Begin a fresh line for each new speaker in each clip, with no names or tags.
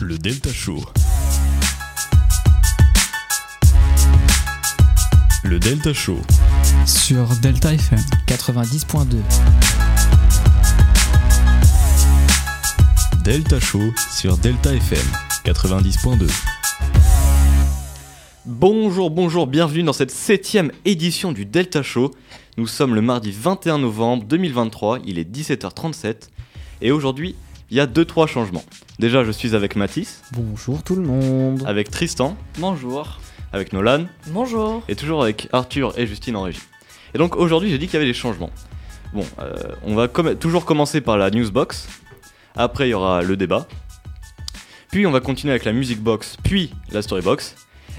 Le Delta Show. Le Delta Show.
sur Delta FM.
90.2.
Delta Show sur Delta FM 90.2.
Bonjour, bonjour, bienvenue dans cette septième édition du Delta Show. Nous sommes le mardi 21 novembre 2023, il est 17h37 et aujourd'hui il y a 2-3 changements. Déjà je suis avec Mathis,
Bonjour tout le monde.
avec Tristan,
Bonjour.
avec Nolan
Bonjour.
et toujours avec Arthur et Justine en régie. Et donc aujourd'hui j'ai dit qu'il y avait des changements. Bon, euh, on va com- toujours commencer par la newsbox, après il y aura le débat, puis on va continuer avec la music box, puis la storybox,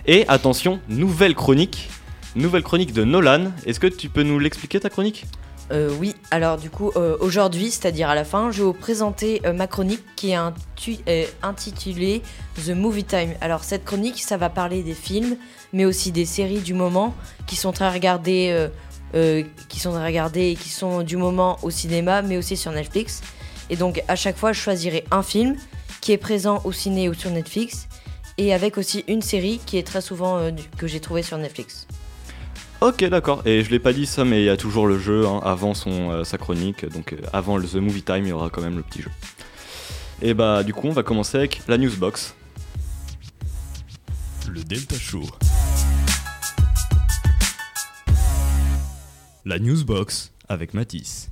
et attention, nouvelle chronique, nouvelle chronique de Nolan, est-ce que tu peux nous l'expliquer ta chronique
Euh, oui, alors du coup, euh, aujourd'hui, c'est-à-dire à la fin, je vais vous présenter euh, ma chronique qui est intu- euh, intitulée The Movie Time. Alors cette chronique, ça va parler des films, mais aussi des séries du moment qui sont très regardées, euh, euh, qui sont très regardées et qui sont du moment au cinéma, mais aussi sur Netflix. Et donc à chaque fois, je choisirai un film qui est présent au ciné ou sur Netflix, et avec aussi une série qui est très souvent euh, du- que j'ai trouvée sur Netflix.
Ok, d'accord. Et je l'ai pas dit ça, mais il y a toujours le jeu hein, avant son, euh, sa chronique. Donc euh, avant le The Movie Time, il y aura quand même le petit jeu. Et bah, du coup, on va commencer avec la newsbox.
Le Delta Show. La Newsbox avec Matisse.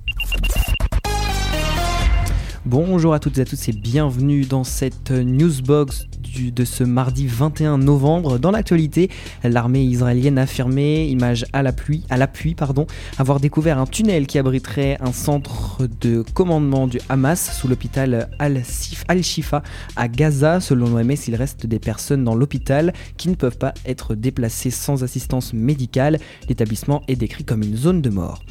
Bonjour à toutes et à tous et bienvenue dans cette newsbox du- de ce mardi 21 novembre. Dans l'actualité, l'armée israélienne a affirmé, image à la pluie, à l'appui, pardon, avoir découvert un tunnel qui abriterait un centre de commandement du Hamas sous l'hôpital Al-Sif- Al-Shifa à Gaza. Selon l'OMS, il reste des personnes dans l'hôpital qui ne peuvent pas être déplacées sans assistance médicale. L'établissement est décrit comme une zone de mort.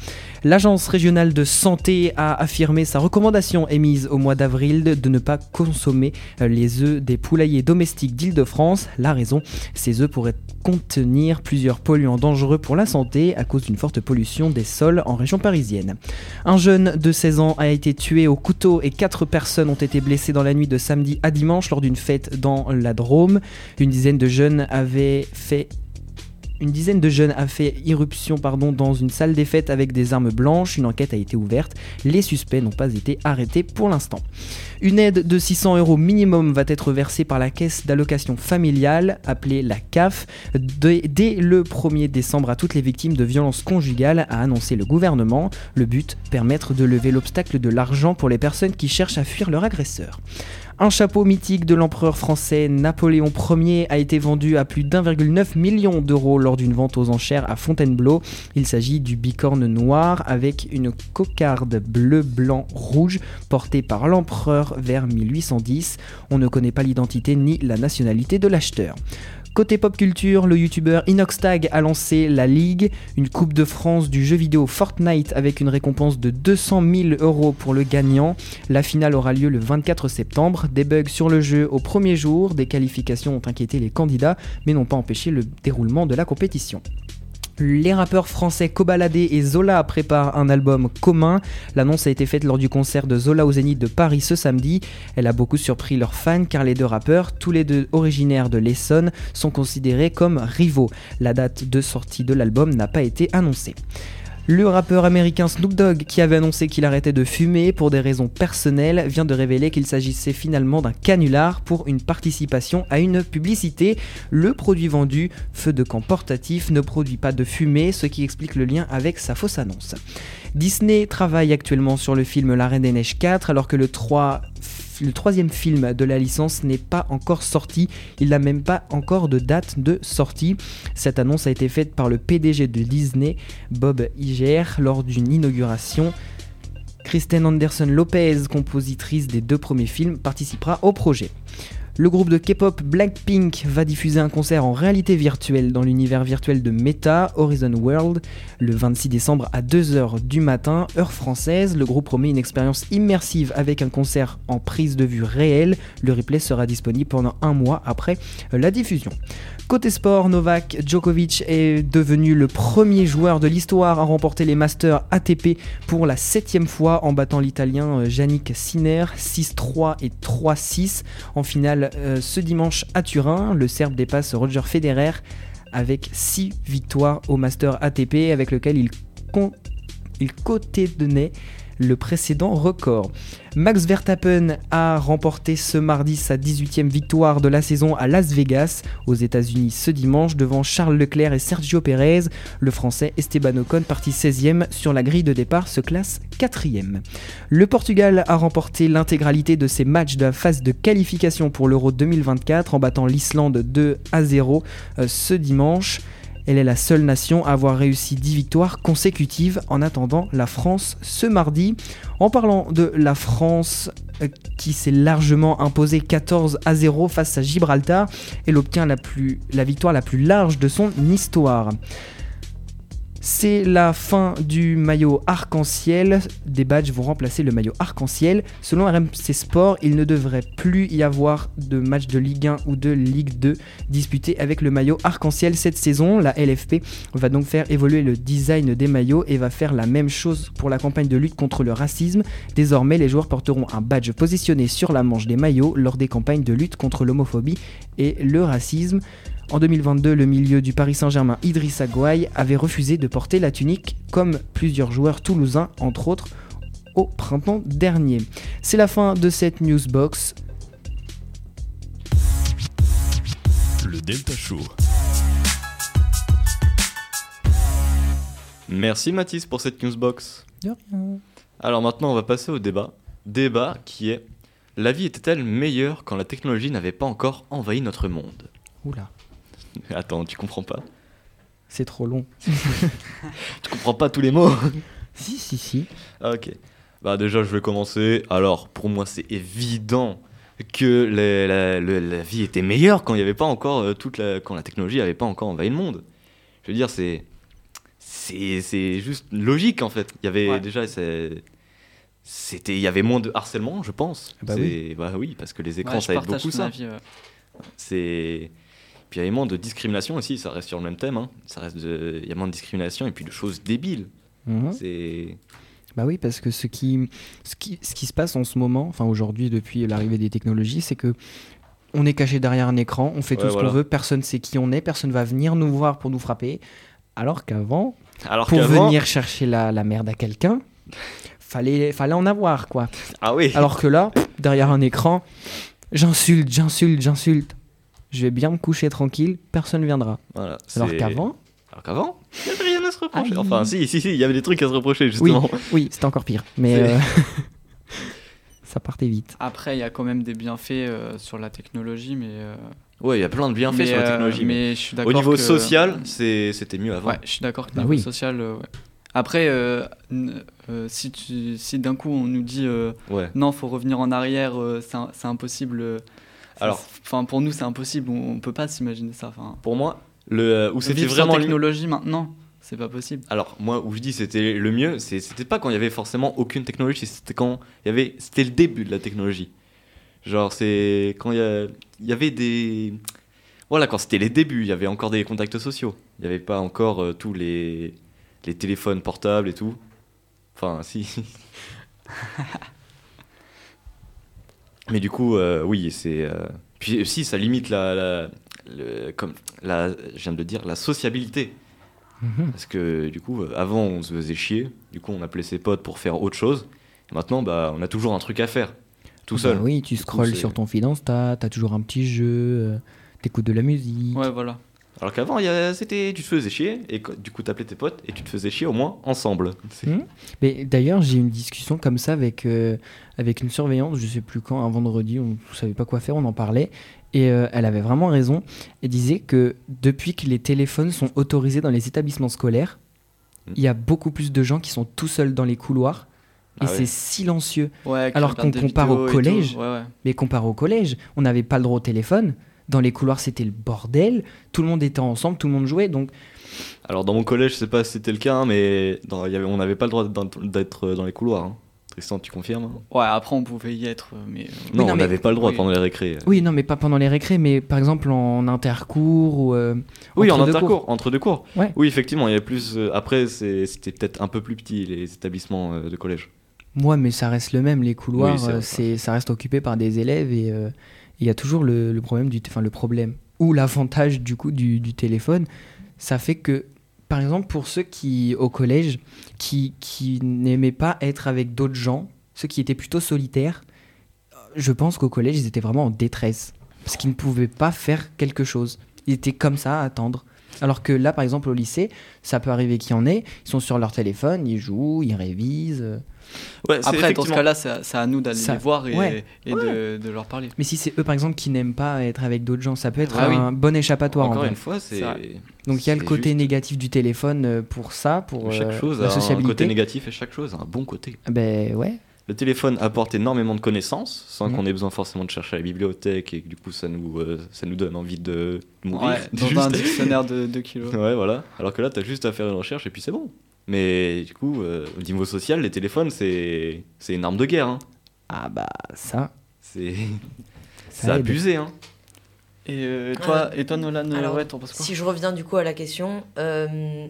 L'Agence régionale de santé a affirmé sa recommandation émise au mois d'avril de- de ne pas consommer euh, les œufs des poulaillers domestiques d'Île-de-France. La raison, ces œufs pourraient contenir plusieurs polluants dangereux pour la santé à cause d'une forte pollution des sols en région parisienne. Un jeune de 16 ans a été tué au couteau et 4 personnes ont été blessées dans la nuit de samedi à dimanche lors d'une fête dans la Drôme. Une dizaine de jeunes avaient fait une dizaine de jeunes a fait irruption pardon, dans une salle des fêtes avec des armes blanches. Une enquête a été ouverte. Les suspects n'ont pas été arrêtés pour l'instant. Une aide de 600 euros minimum va être versée par la caisse d'allocation familiale, appelée la CAF, dès, dès le 1er décembre à toutes les victimes de violences conjugales, a annoncé le gouvernement. Le but, permettre de lever l'obstacle de l'argent pour les personnes qui cherchent à fuir leur agresseur. Un chapeau mythique de l'empereur français Napoléon Ier a été vendu à plus d'1,9 million d'euros lors d'une vente aux enchères à Fontainebleau. Il s'agit du bicorne noir avec une cocarde bleu, blanc, rouge portée par l'empereur vers 1810. On ne connaît pas l'identité ni la nationalité de l'acheteur. Côté pop culture, le youtubeur Inoxtag a lancé la Ligue, une Coupe de France du jeu vidéo Fortnite avec une récompense de 200 000 euros pour le gagnant. La finale aura lieu le 24 septembre. Des bugs sur le jeu au premier jour, des qualifications ont inquiété les candidats, mais n'ont pas empêché le déroulement de la compétition. Les rappeurs français Kobalade et Zola préparent un album commun. L'annonce a été faite lors du concert de Zola au Zénith de Paris ce samedi. Elle a beaucoup surpris leurs fans car les deux rappeurs, tous les deux originaires de l'Essonne, sont considérés comme rivaux. La date de sortie de l'album n'a pas été annoncée. Le rappeur américain Snoop Dogg, qui avait annoncé qu'il arrêtait de fumer pour des raisons personnelles, vient de révéler qu'il s'agissait finalement d'un canular pour une participation à une publicité. Le produit vendu, feu de camp portatif, ne produit pas de fumée, ce qui explique le lien avec sa fausse annonce. Disney travaille actuellement sur le film La Reine des Neiges 4, alors que le 3 le troisième film de la licence n'est pas encore sorti, il n'a même pas encore de date de sortie. Cette annonce a été faite par le PDG de Disney, Bob Iger lors d'une inauguration. Kristen Anderson Lopez, compositrice des deux premiers films, participera au projet. Le groupe de K-pop Blackpink va diffuser un concert en réalité virtuelle dans l'univers virtuel de Meta, Horizon World, le 26 décembre à 2h du matin, heure française. Le groupe promet une expérience immersive avec un concert en prise de vue réelle. Le replay sera disponible pendant un mois après la diffusion. Côté sport, Novak Djokovic est devenu le premier joueur de l'histoire à remporter les Masters ATP pour la septième fois en battant l'Italien euh, Yannick Sinner 6-3 et 3-6. En finale, mondial euh, ce dimanche à Turin. Le Serbe dépasse Roger Federer avec 6 victoires au Master ATP avec lequel il, con- il cotédonnait le précédent record. Max Verstappen a remporté ce mardi sa 18e victoire de la saison à Las Vegas, aux États-Unis ce dimanche, devant Charles Leclerc et Sergio Pérez. Le Français Esteban Ocon, parti 16e sur la grille de départ, se classe 4e. Le Portugal a remporté l'intégralité de ses matchs de la phase de qualification pour l'Euro 2024 en battant l'Islande 2 à 0 euh, ce dimanche. Elle est la seule nation à avoir réussi 10 victoires consécutives en attendant la France ce mardi. En parlant de la France euh, qui s'est largement imposée 14 à 0 face à Gibraltar, elle obtient la, plus- la victoire la plus large de son histoire. C'est la fin du maillot arc-en-ciel. Des badges vont remplacer le maillot arc-en-ciel. Selon RMC Sport, il ne devrait plus y avoir de match de Ligue 1 ou de Ligue 2 disputés avec le maillot arc-en-ciel cette saison. La LFP va donc faire évoluer le design des maillots et va faire la même chose pour la campagne de lutte contre le racisme. Désormais, les joueurs porteront un badge positionné sur la manche des maillots lors des campagnes de lutte contre l'homophobie et le racisme. En 2022, le milieu du Paris Saint-Germain Idrissa Gueye avait refusé de porter la tunique, comme plusieurs joueurs toulousains, entre autres, au printemps dernier. C'est la fin de cette newsbox.
Le Delta Show.
Merci Mathis pour cette newsbox. Alors maintenant, on va passer au débat. Débat qui est la vie était-elle meilleure quand la technologie n'avait pas encore envahi notre monde
Oula,
Attends, tu comprends pas
c'est trop long.
Tu comprends pas tous les mots
Si, si, si.
Ok. Bah déjà, je vais commencer. Alors, pour moi, c'est évident que les- la, le- la vie était meilleure quand il n'y avait pas encore euh, toute la, quand la technologie n'avait pas encore envahi le monde. Je veux dire, c'est c'est c'est juste logique en fait. Il y avait
Ouais.
déjà c'est- c'était il y avait moins de harcèlement, je pense.
Bah
C'est-
oui.
bah oui, parce que les écrans
Ouais, je
ça aide
partage
beaucoup
ton
ça.
avis, euh. ouais.
C'est puis il y avait moins de discrimination aussi. Ça reste sur le même thème. hein. Ça reste de- il y a moins de discrimination et puis de choses débiles.
Mhm.
C'est
Bah oui, parce que ce qui, ce qui, ce qui se passe en ce moment, enfin aujourd'hui depuis l'arrivée des technologies, c'est que on est caché derrière un écran, on fait
Ouais,
tout ce
voilà.
qu'on veut, personne sait qui on est, personne va venir nous voir pour nous frapper. Alors qu'avant,
alors
pour
qu'avant-
venir chercher la, la merde à quelqu'un, fallait, fallait en avoir quoi.
ah oui
Alors que là, derrière un écran, j'insulte, j'insulte, j'insulte. Je vais bien me coucher tranquille, personne viendra.
Voilà,
Alors
c'est-
qu'avant,
Alors qu'avant, il n'y avait rien à se
Ah
reprocher.
Aïe.
Enfin, si, si, si, il y avait des trucs à se reprocher, justement.
oui, c'était encore pire. Mais
C'est-
euh, ça partait vite.
Après, il y a quand même des bienfaits euh, sur la technologie, mais. euh,
Ouais, il y a plein de bienfaits
mais,
sur la
euh,
technologie. mais
mais je suis
Au
d'accord
niveau
que-
social, c'est- c'était mieux avant.
Ouais, je suis d'accord que
Bah
niveau
oui.
social. euh, ouais. Après, euh, n- euh, si, tu- si d'un coup on nous dit euh,
Ouais.
non, faut revenir en arrière, euh, c'est un- c'est impossible. euh, ça-
Alors.
Enfin, pour nous, c'est impossible, on, on peut pas s'imaginer ça. Enfin,
Pour moi, le, euh, où c'était
vivre sans
vraiment. le-
technologie maintenant, c'est pas possible.
Alors, moi, où je dis c'était le mieux, c'est- c'était pas quand il y avait forcément aucune technologie, c'était quand il y avait. C'était le début de la technologie. Genre, c'est quand il y, a- il y avait des. Voilà, quand c'était les débuts, il y avait encore des contacts sociaux. Il n'y avait pas encore euh, tous les... les téléphones portables et tout. Enfin, si. Mais du coup, euh, oui, c'est. euh, Puis aussi, ça limite la. la- le- Comme la, je viens de le dire, la sociabilité.
Mhm.
Parce que du coup, euh, avant, on se faisait chier. Du coup, on appelait ses potes pour faire autre chose. Et maintenant, bah, on a toujours un truc à faire. Tout
Bah
seul.
oui, tu
Du coup,
scrolles
c'est-
sur ton feed Insta, t'as toujours un petit jeu, euh, t'écoutes de la musique.
Ouais, voilà.
Alors qu'avant, il y a- c'était, tu te faisais chier, et co- du coup, t'appelais tes potes, et tu te faisais chier au moins ensemble. C'est-
Hmm. Mais d'ailleurs, j'ai eu une discussion comme ça avec, euh, avec une surveillante, je sais plus quand, un vendredi, on ne savait pas quoi faire, on en parlait. Et euh, elle avait vraiment raison. Elle disait que depuis que les téléphones sont autorisés dans les établissements scolaires,
Hmm.
il y a beaucoup plus de gens qui sont tout seuls dans les couloirs.
Ah
et
ouais.
c'est silencieux.
Ouais, qui
Alors
regarde
qu'on
des
compare
vidéos
au
et tout.
collège.
Ouais, ouais.
Mais comparé au collège, on n'avait pas le droit au téléphone. Dans les couloirs, c'était le bordel. Tout le monde était ensemble, tout le monde jouait. Donc,
Alors dans mon collège, je sais pas si c'était le cas, hein, mais dans- il y avait- on n'avait pas le droit d'être- d'être dans les couloirs. hein. Tristan, tu confirmes hein
Ouais, après on pouvait y être, euh, mais. euh,
Non,
non,
on
mais-
n'avait pas le droit
oui.
pendant les récrés.
Oui, non, mais pas pendant les récrés, mais par exemple en intercours ou. euh,
Oui,
entre
en
deux cours.
intercours, entre deux cours.
Ouais.
Oui, effectivement, il y avait plus. euh, après, c'est- c'était peut-être un peu plus petit les établissements euh, de collège.
Moi, mais ça reste le même. Les couloirs,
Oui, c'est vrai,
euh, c'est ça reste occupé par des élèves et, euh, il y a toujours le, le problème du, enfin le problème ou l'avantage du coup du, du téléphone, ça fait que par exemple pour ceux qui au collège qui qui n'aimaient pas être avec d'autres gens, ceux qui étaient plutôt solitaires, euh, je pense qu'au collège ils étaient vraiment en détresse parce qu'ils ne pouvaient pas faire quelque chose. Ils étaient comme ça à attendre. Alors que là, par exemple, au lycée, ça peut arriver qu'il y en ait, ils sont sur leur téléphone, ils jouent, ils révisent. euh,
Ouais, c'est
Après, dans ce
effectivement-
cas-là, c'est à- c'est à nous d'aller
Ça-
les voir et,
ouais.
et de, de leur parler.
Mais si c'est eux, par exemple, qui n'aiment pas être avec d'autres gens, ça peut être
Ah oui.
un bon échappatoire. en
Encore
vrai.
une fois, c'est.
C'est vrai.
Donc il y a le
c'est
côté
juste-
négatif du téléphone euh, pour ça, pour
Chaque
euh,
chose
la
a un
sociabilité.
côté négatif et chaque chose a un bon côté.
Ben ouais.
Le téléphone apporte énormément de connaissances sans
Mhm.
qu'on ait besoin forcément de chercher à la bibliothèque et que, du coup ça nous, euh, ça nous donne envie de mourir.
Ouais, dans
Juste-
un dictionnaire de 2 kilos.
Ouais, voilà. Alors que là, t'as juste à faire une recherche et puis c'est bon. Mais du coup, euh, au niveau social, les téléphones, c'est c'est une arme de guerre. hein.
Ah bah ça.
C'est
Ça
c'est
aide.
abusé. Hein.
Et, euh, toi, et toi, Nolan,
Alors,
ouais, t'en penses quoi
Si je reviens du coup à la question, euh,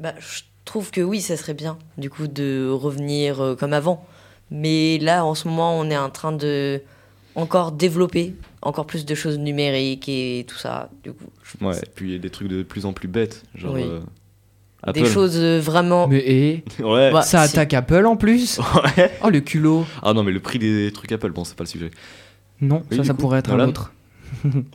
bah, je trouve que oui, ça serait bien du coup de revenir euh, comme avant. Mais là, en ce moment, on est en train de encore développer encore plus de choses numériques et tout ça. Du coup, je pense-
Ouais. Et puis il y a des trucs de plus en plus bêtes. Genre.
Oui.
euh,
des
Apple.
choses euh,
Oh.
vraiment.
Mais et
Ouais.
Bah,
ça
si.
attaque Apple en plus.
Ouais.
Oh le culot.
Ah non, mais le prix des trucs Apple, bon, c'est pas le sujet.
Non,
Oui,
ça
du
ça
coup,
pourrait être un
Nolan.
autre.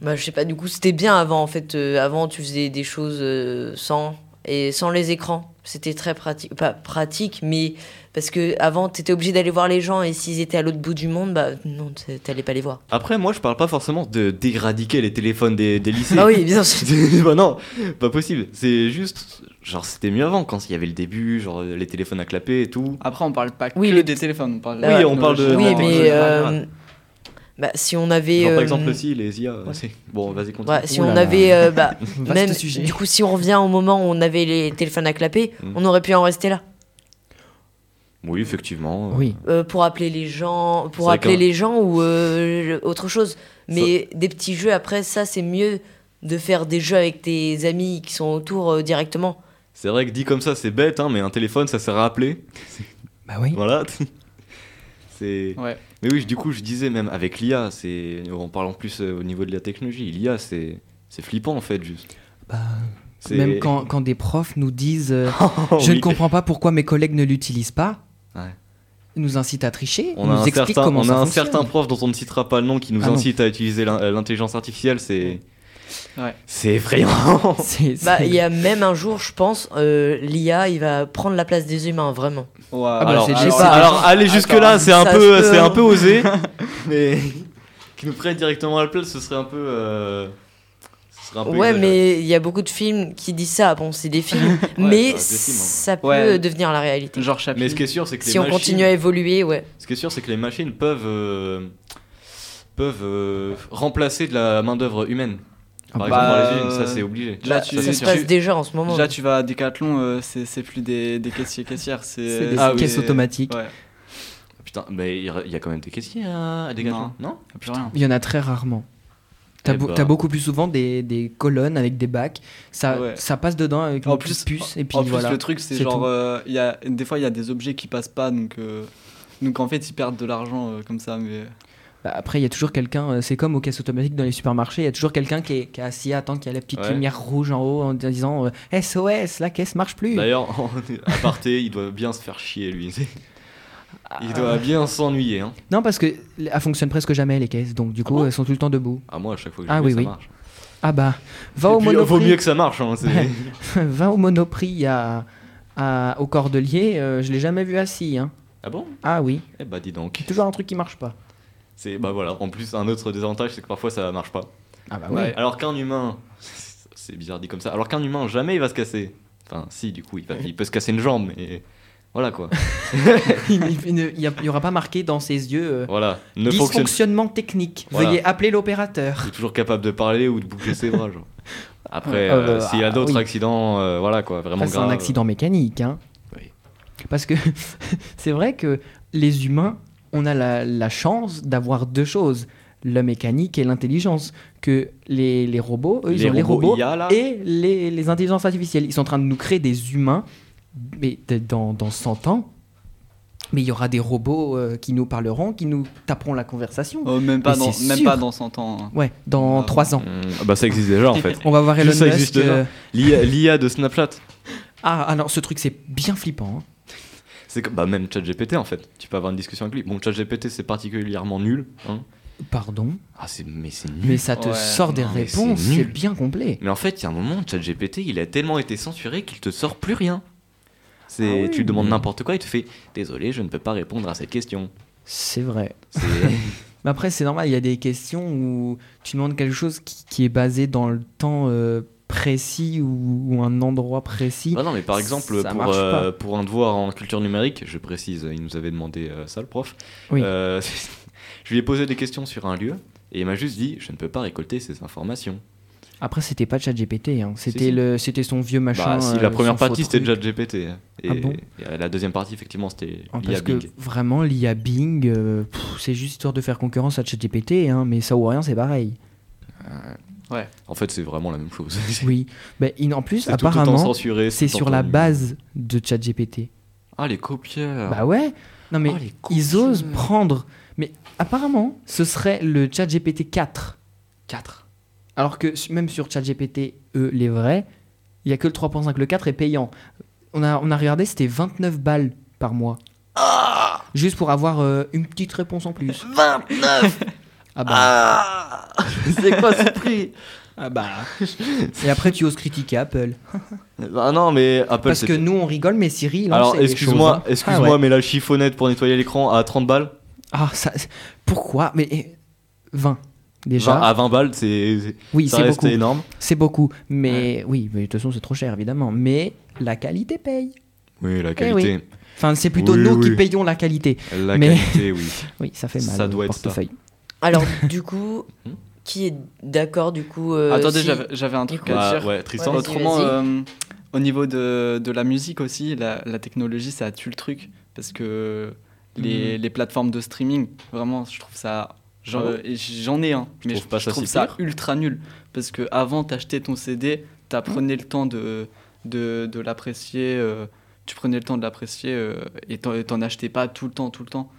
Bah, je sais pas, du coup, c'était bien avant, en fait. Euh, avant, tu faisais des choses euh, sans, et sans les écrans. C'était très pratique. Pas pratique, mais parce que avant, t'étais obligé d'aller voir les gens, et s'ils étaient à l'autre bout du monde, bah non, t'- t'allais pas les voir.
Après, moi, je parle pas forcément de d'éradiquer les téléphones des, des lycées.
Ah oui, bien sûr.
bah non, pas possible. C'est juste, genre, c'était mieux avant quand il y avait le début, genre les téléphones à clapper et tout.
Après, on parle pas
Oui,
que
le-
des téléphones. On parle
Oui,
la
on parle de-
technologie.
Oui,
en
mais
général.
euh, bah, si on avait.
Genre,
euh,
par exemple, aussi, les IA.
ouais.
c'est- Bon, vas-y, continue.
ouais, si
Ouh là
on
là.
avait. euh, bah,
Vaste
même,
sujet.
du coup, si on revient au moment où on avait les téléphones à clapper,
Mm.
on aurait pu en rester là.
Oui, effectivement.
Oui.
Euh, pour appeler les gens,
C'est
pour
vrai
appeler
qu'un-
les gens ou euh, autre chose. Mais des petits jeux après ça, c'est mieux de faire des jeux avec tes amis qui sont autour euh, directement.
C'est vrai que dit comme ça, c'est bête, hein, mais un téléphone, ça sert à appeler.
Bah oui.
Voilà. c'est.
Ouais.
Ah
Mais oui, du coup, je disais même avec l'IA, c'est en parlant plus euh, au niveau de la technologie, l'IA, c'est c'est flippant en fait, juste.
Bah,
C'est-
même quand, quand des profs nous disent euh,
Oh,
je
oui.
ne comprends pas pourquoi mes collègues ne l'utilisent pas.
Ouais.
Ils Nous incite à tricher.
On
nous
a, un
explique
certain,
comment
on
ça
a un
fonctionne.
certain prof dont on ne citera pas le nom qui nous
Ah non.
incite à utiliser l'in- euh, l'intelligence artificielle, c'est.
Ouais.
C'est effrayant!
C'est-
Bah,
c'est-
il y a même un jour, je pense, euh, l'IA, il va prendre la place des humains, vraiment.
Ouais,
bah,
alors,
c'est
alors,
déjà-
alors, aller jusque-là, c'est un,
ça
peu, euh,
se peut,
c'est un
hein.
peu osé, mais qui nous prenne directement à la place, ce serait un peu. euh, ce serait un peu
Ouais,
exagéré.
mais il y a beaucoup de films qui disent ça. Bon, c'est des films, mais
ça reste des films, hein.
ça peut
Ouais.
devenir la réalité.
Genre Chaplin.
Mais ce qui est sûr, c'est que les
Si on
machines.
continue à évoluer, ouais.
Ce qui est sûr, c'est que les machines peuvent. euh, peuvent euh, remplacer de la main-d'œuvre humaine.
Ah
Par
bah,
exemple, dans les usines, ça
euh,
c'est obligé.
Là,
Bah,
tu-
ça
tu-
se passe déjà en ce moment.
Déjà, tu vas à Decathlon, euh, c'est c'est plus des, des caissiers caissières.
c'est des
ah oui,
caisses
c'est-
automatiques.
Ouais,
Ah Putain, mais il y a- il y a quand même des caissiers à à Decathlon, non
y a plus rien.
Il y en a très rarement. T'as
Eh
beau-
bah.
t'as beaucoup plus souvent des, des colonnes avec des bacs. Ça,
Ouais.
ça passe dedans avec une
En
petite
plus,
puce. Et puis
en plus,
voilà.
le truc, c'est
c'est
genre,
tout.
euh, il y a, des fois, il y a des objets qui passent pas, donc, euh, donc en fait, ils perdent de l'argent euh, comme ça. Mais
Bah, après, il y a toujours quelqu'un. euh, C'est comme aux caisses automatiques dans les supermarchés. Il y a toujours quelqu'un qui est, qui est assis à attendre qu'il y a la petite
Ouais.
lumière rouge en haut en disant euh, SOS, la caisse marche plus.
D'ailleurs, en aparté, il doit bien se faire chier lui. Il
Ah.
doit bien s'ennuyer. Hein.
Non, parce que elle fonctionne presque jamais les caisses. Donc du coup,
Ah bon
elles sont tout le temps debout.
À moi, à chaque fois que je
Ah
vais,
oui,
ça
oui.
marche.
Ah bah, va
Et
au
puis, euh, vaut
Monoprix.
mieux que ça marche. hein, c'est-
Ouais. va au Monoprix à, à- au Cordelier. euh, je l'ai jamais vu assis. hein.
ah bon
Ah oui,
Eh bah dis donc.
toujours un truc qui marche pas.
C'est bah voilà. En plus, un autre désavantage, c'est que parfois ça marche pas.
Ah bah
Ouais.
Alors qu'un humain, c'est bizarre dit comme ça. Alors qu'un humain, jamais il va se casser. Enfin, si, du coup, il, va- il peut se casser une jambe, mais voilà quoi.
il n'y aura pas marqué dans ses yeux euh,
Voilà. Ne fonctionne.
dysfonctionnement technique.
Voilà.
Veuillez appeler
Il
l'opérateur.
est toujours capable de parler ou de bouger ses bras. Genre. Après,
Ouais.
euh,
Euh,
s'il y a
ah,
d'autres
oui.
accidents, euh, voilà quoi, vraiment
Ça, C'est un
grave.
accident mécanique. hein.
Oui.
Parce que c'est vrai que les humains, on a la, la chance d'avoir deux choses la mécanique et l'intelligence. Que les, les robots, eux, ils
les
ont les robots
IA, là.
et les, les intelligences artificielles. Ils sont en train de nous créer des humains, mais d- dans, dans 100 ans, Mais il y aura des robots euh, qui nous parleront, qui nous taperont la conversation.
Oh, même pas,
Mais
dans,
c'est
même
sûr.
pas dans 100 ans. hein.
Ouais, dans
Ah.
3 ans.
Ah bah ça existe déjà en fait.
On va voir Elon
Ça
Musk.
existe déjà.
euh,
L'IA L'IA de Snapchat,
Ah, ah non, ce truc c'est bien flippant. hein.
c'est comme- bah même ChatGPT en fait. Tu peux avoir une discussion avec lui. Bon, ChatGPT c'est particulièrement nul. hein.
Pardon,
Ah c'est mais c'est nul.
mais ça te
Ouais,
sort des
non, mais c'est
réponses, c'est
nul.
bien complet.
Mais en fait, il y a un moment, ChatGPT, il a tellement été censuré qu'il te sort plus rien. C'est,
Ah oui.
tu lui demandes n'importe quoi, il te fait désolé, je ne peux pas répondre à cette question.
C'est vrai.
C'est-
Mais après, c'est normal, il y a des questions où tu demandes quelque chose qui, qui est basé dans le temps euh, précis ou, ou un endroit précis.
Ah non, mais par exemple,
Ça
pour,
marche
euh, pour un devoir en culture numérique, je précise, il nous avait demandé euh, ça, le prof.
Oui.
Euh, je lui ai posé des questions sur un lieu et il m'a juste dit je ne peux pas récolter ces informations.
Après, c'était pas ChatGPT, hein.
Si,
c'était
si.
le, c'était son vieux machin.
bah, si, la
euh,
première
son
partie,
faux
c'était
truc.
ChatGPT. hein. Et,
Ah bon
et la deuxième partie, effectivement, c'était
Ah,
l'IA
Parce que
Bing.
vraiment, l'IA Bing, euh, pff, c'est juste histoire de faire concurrence à ChatGPT, hein, mais ça ou rien, c'est pareil.
En fait, c'est vraiment la même chose.
Oui, Bah, in- en plus,
C'est tout autant
apparemment,
censuré,
c'est
tout
sur
autant
la
nul.
base de ChatGPT.
Ah, les copieurs.
Bah ouais, non mais
Oh, les
ils
copieurs.
osent prendre. Mais apparemment, ce serait le ChatGPT 4. 4. Alors que su- même sur ChatGPT, eux, les vrais, il y a que le 3.5. Le 4 est payant. On a, on a regardé, c'était 29 balles par mois.
Ah
Juste pour avoir euh, une petite réponse en plus. 29 Ah bah.
Ah C'est quoi ce prix
Ah bah. Et après, tu oses critiquer Apple.
Ah non, mais Apple.
Parce que
c'était-
nous, on rigole, mais Siri, il en
Alors,
sait des
excuse-moi,
choses, hein.
excuse-moi,
Ah ouais.
mais la chiffonnette pour nettoyer l'écran à 30 balles
Ah, ça. Pourquoi Mais. eh, 20. Déjà.
Vingt- à 20 balles, c'est, c'est-
oui,
ça
c'est
reste
beaucoup.
énorme.
C'est beaucoup, mais oui, mais de toute façon c'est trop cher évidemment, mais la qualité paye.
Oui, la
qualité.
qualité.
Enfin, c'est plutôt
Oui,
nous qui
oui.
payons la qualité.
La
Mais-
qualité, oui.
Oui, ça fait mal
Ça
au
doit être ça.
portefeuille.
Alors, du coup,
Hmm
qui est d'accord, du coup euh,
Attendez,
si-
j'avais- j'avais un truc à
Bah,
dire.
ouais, Tristan.
Ouais, vas-y,
Autrement,
vas-y.
euh, au niveau de, de la musique aussi, la, la technologie, ça tue le truc. Parce que les, les plateformes de streaming, vraiment, je trouve ça. J'en euh,
Ah
et j'en ai un, mais je,
trouves pas
je
ça
trouve
si
ça
pire
ultra nul. Parce que avant, t'achetais ton CD, t'apprenais le temps de, de, de l'apprécier. euh, tu prenais le temps de l'apprécier euh, et t'en- et t'en achetais pas tout le temps, tout le temps.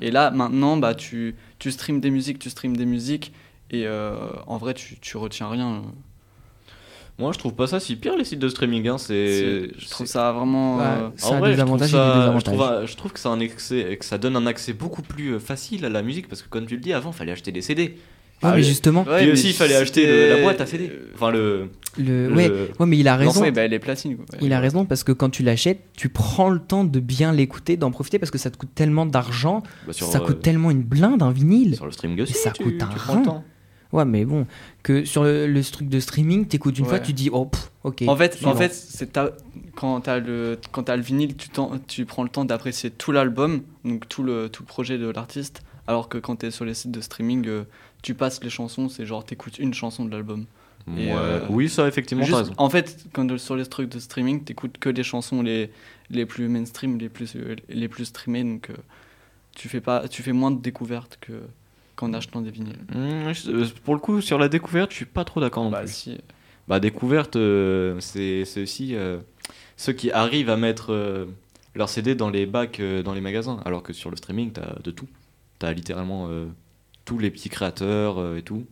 Et là, maintenant, bah, tu, tu streames des musiques, tu streames des musiques, et euh, en vrai, tu, tu retiens rien.
Moi, je trouve pas ça si pire les sites de streaming. hein, C'est,
C'est- je trouve ça vraiment.
Bah,
euh,
ça a
en vrai,
des
je trouve
avantages
ça-
et des
Je trouve,
désavantages.
un- je trouve que, ça a un excès, que ça donne un accès beaucoup plus euh, facile à la musique parce que, comme tu le dis, avant, fallait acheter des CD.
Ouais,
Ah,
mais
le-
justement,
Ouais,
Puis
mais
aussi, il fallait acheter le- la
c'était-
boîte à CD. Enfin, le.
le...
le-
ouais, ouais, mais il a raison.
L'enfant, eh ben, elle est platine. quoi.
Il a raison parce que quand tu l'achètes, tu prends le temps de bien l'écouter, d'en profiter parce que ça te coûte tellement d'argent,
bah, sur,
ça
euh,
coûte tellement une blinde, un vinyle.
Sur le streaming aussi.
ça
tu-
coûte un
tu prends le
rein.
temps.
Ouais, mais bon, que sur le, le truc de streaming, t'écoutes une fois,
Ouais.
tu dis oh pff, ok.
En fait, en
suivant.
fait c'est ta- quand t'as le quand t'as le vinyle, tu, t'en- tu prends le temps d'apprécier tout l'album, donc tout le tout le projet de l'artiste. Alors que quand t'es sur les sites de streaming, euh, tu passes les chansons, c'est genre t'écoutes une chanson de l'album. Et,
Ouais.
euh,
oui, ça, effectivement,
Juste-
t'as raison.
en fait, quand sur les trucs de streaming, t'écoutes que les chansons les les plus mainstream, les plus euh, les plus streamées, donc euh, tu fais pas tu fais moins de découvertes que qu'en achetant des vinyles.
Mm, je- euh, pour le coup, sur la découverte, je suis pas trop d'accord non
Bah,
plus.
si.
Bah, découverte, euh, c'est c'est aussi euh, ceux qui arrivent à mettre euh, leur CD dans les bacs, euh, dans les magasins. Alors que sur le streaming, t'as de tout. T'as littéralement euh, tous les petits créateurs euh, et tout.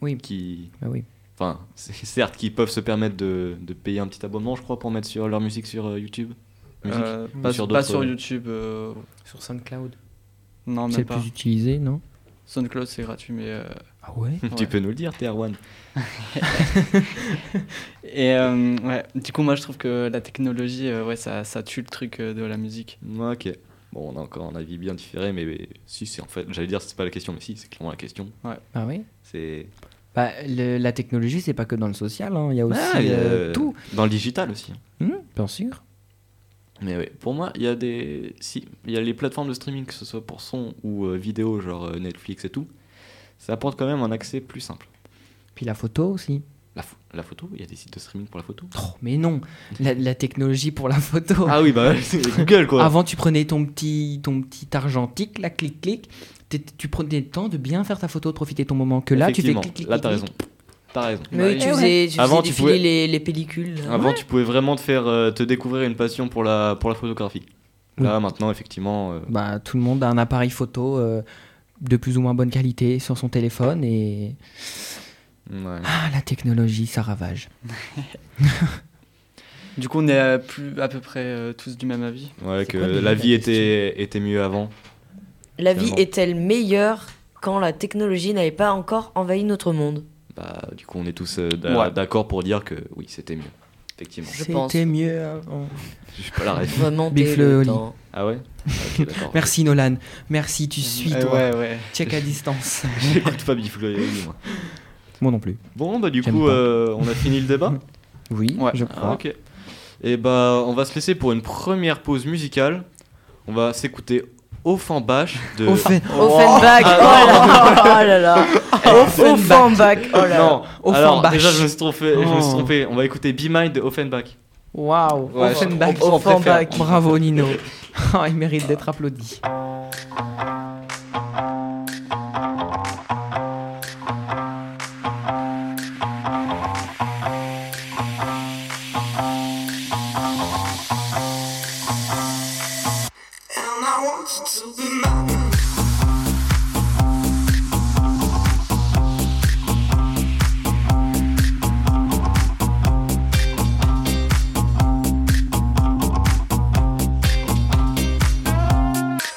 Oui.
Qui.
Bah oui.
Enfin, c'est- certes, qui peuvent se permettre de, de payer un petit abonnement, je crois, pour mettre sur leur musique sur euh, YouTube. Musique.
Euh,
Ou
pas,
sur
sur pas
d'autres-
sur YouTube. euh,
Sur SoundCloud.
non,
C'est
même
le
pas.
plus utilisé, non
SoundCloud, c'est gratuit, mais. euh,
Ah ouais.
Tu
ouais.
peux nous le dire, Terwan.
Et euh, ouais, du coup, moi, je trouve que la technologie, euh, ouais, ça, ça tue le truc euh, de la musique.
Ok. Bon, on a encore un avis bien différé, mais, mais si, c'est en fait, j'allais dire, c'est pas la question, mais si, c'est clairement la question.
Ah ouais.
C'est
Bah, le- la technologie, c'est pas que dans le social, hein. il y a aussi
Ah, il y a,
euh, tout.
dans le digital aussi. hein.
Hmm, bien sûr.
Mais ouais, pour moi, il y a des si il y a les plateformes de streaming que ce soit pour son ou euh, vidéo genre euh, Netflix et tout, ça apporte quand même un accès plus simple.
Puis la photo aussi.
La, pho- la photo, il y a des sites de streaming pour la photo.
Oh, mais non, la, la technologie pour la photo.
Ah oui, bah c'est Google quoi.
Oh. Avant, tu prenais ton petit, ton petit argentique, là, clic-clic. t'étais- Tu prenais le temps de bien faire ta photo, de profiter de ton moment. Que là, tu fais
Effectivement.
clic-clic.
Là, t'as raison. T'as raison.
Mais oui,
Ouais.
tu
Eh ouais.
faisais, tu
Avant,
faisais
tu
défiler
pouvais-
les, les pellicules. là.
Avant, tu pouvais vraiment te faire euh, te découvrir une passion pour la pour la photographie. Là, maintenant, effectivement, euh,
Bah, tout le monde a un appareil photo euh, de plus ou moins bonne qualité sur son téléphone et
ouais.
ah, la technologie, ça ravage.
Du coup, on est à, plus, à peu près euh, tous du même avis.
Ouais,
C'est
que
quoi déjà
la
la
vie était, était mieux avant.
La vie
Finalement.
est-elle meilleure quand la technologie n'avait pas encore envahi notre monde
Bah, du coup, on est tous euh, d'a-
Ouais.
d'accord pour dire que oui, c'était mieux. Effectivement.
Je pense.
C'était mieux avant.
Je suis pas la ref.
Vraiment,
Big
dès
Fleu
le
au lit.
temps.
Ah ouais Ok, d'accord.
Merci Nolan, merci, tu suis
Euh,
toi.
ouais, ouais.
Check à distance.
J'écoute pas Big Flo et Oli, moi.
Moi non plus.
Bon, bah, du
J'aime
coup,
pas.
euh, on a fini le débat
Oui,
Ouais.
je
Ah,
crois.
ok. Et bah, on va se laisser pour une première pause musicale. On va s'écouter Offenbach
Ah.
de.
Offen-
Offenbach, oh là là, oh là là. Offenbach, oh là là.
Non, alors
Offenbach.
déjà je me suis trompé, je me suis
Oh.
trompé. On va écouter Be Mine de Offenbach.
Waouh,
Ouais,
Offenbach.
on- on préfère.
Offenbach. Bravo Nino. Ah, il mérite d'être applaudi.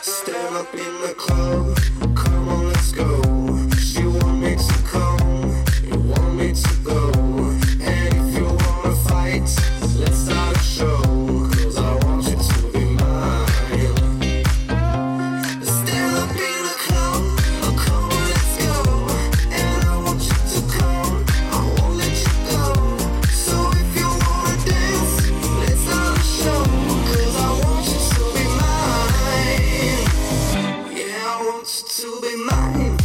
Stand up in the club, come on, let's go. She want me to come, you want me to go. And if you wanna fight, let's start a show. Cause I want you to be mine. Stand up in the club, come on, let's go. And I want you to come, I won't let you go. So if you wanna dance, let's start a show. Cause I want you to be mine. Yeah, I want you to be mine.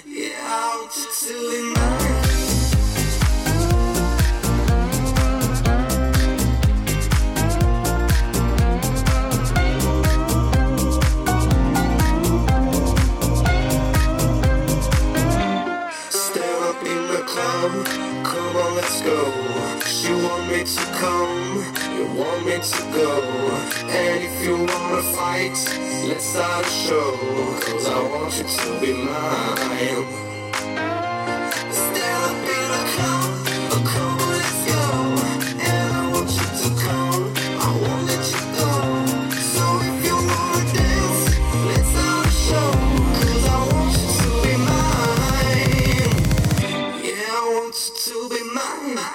Yeah, I want you to be mine. Stand up in the club, come on, let's go. She want me to come, you want me to go. And if you wanna fight, let's start a show. Cause I want you to be mine. Stand up in the club, come on, let's go. And I want you to come, I won't let you go. So if you wanna dance, let's start a show. Cause I want you to be mine. Yeah, I want you to be mine.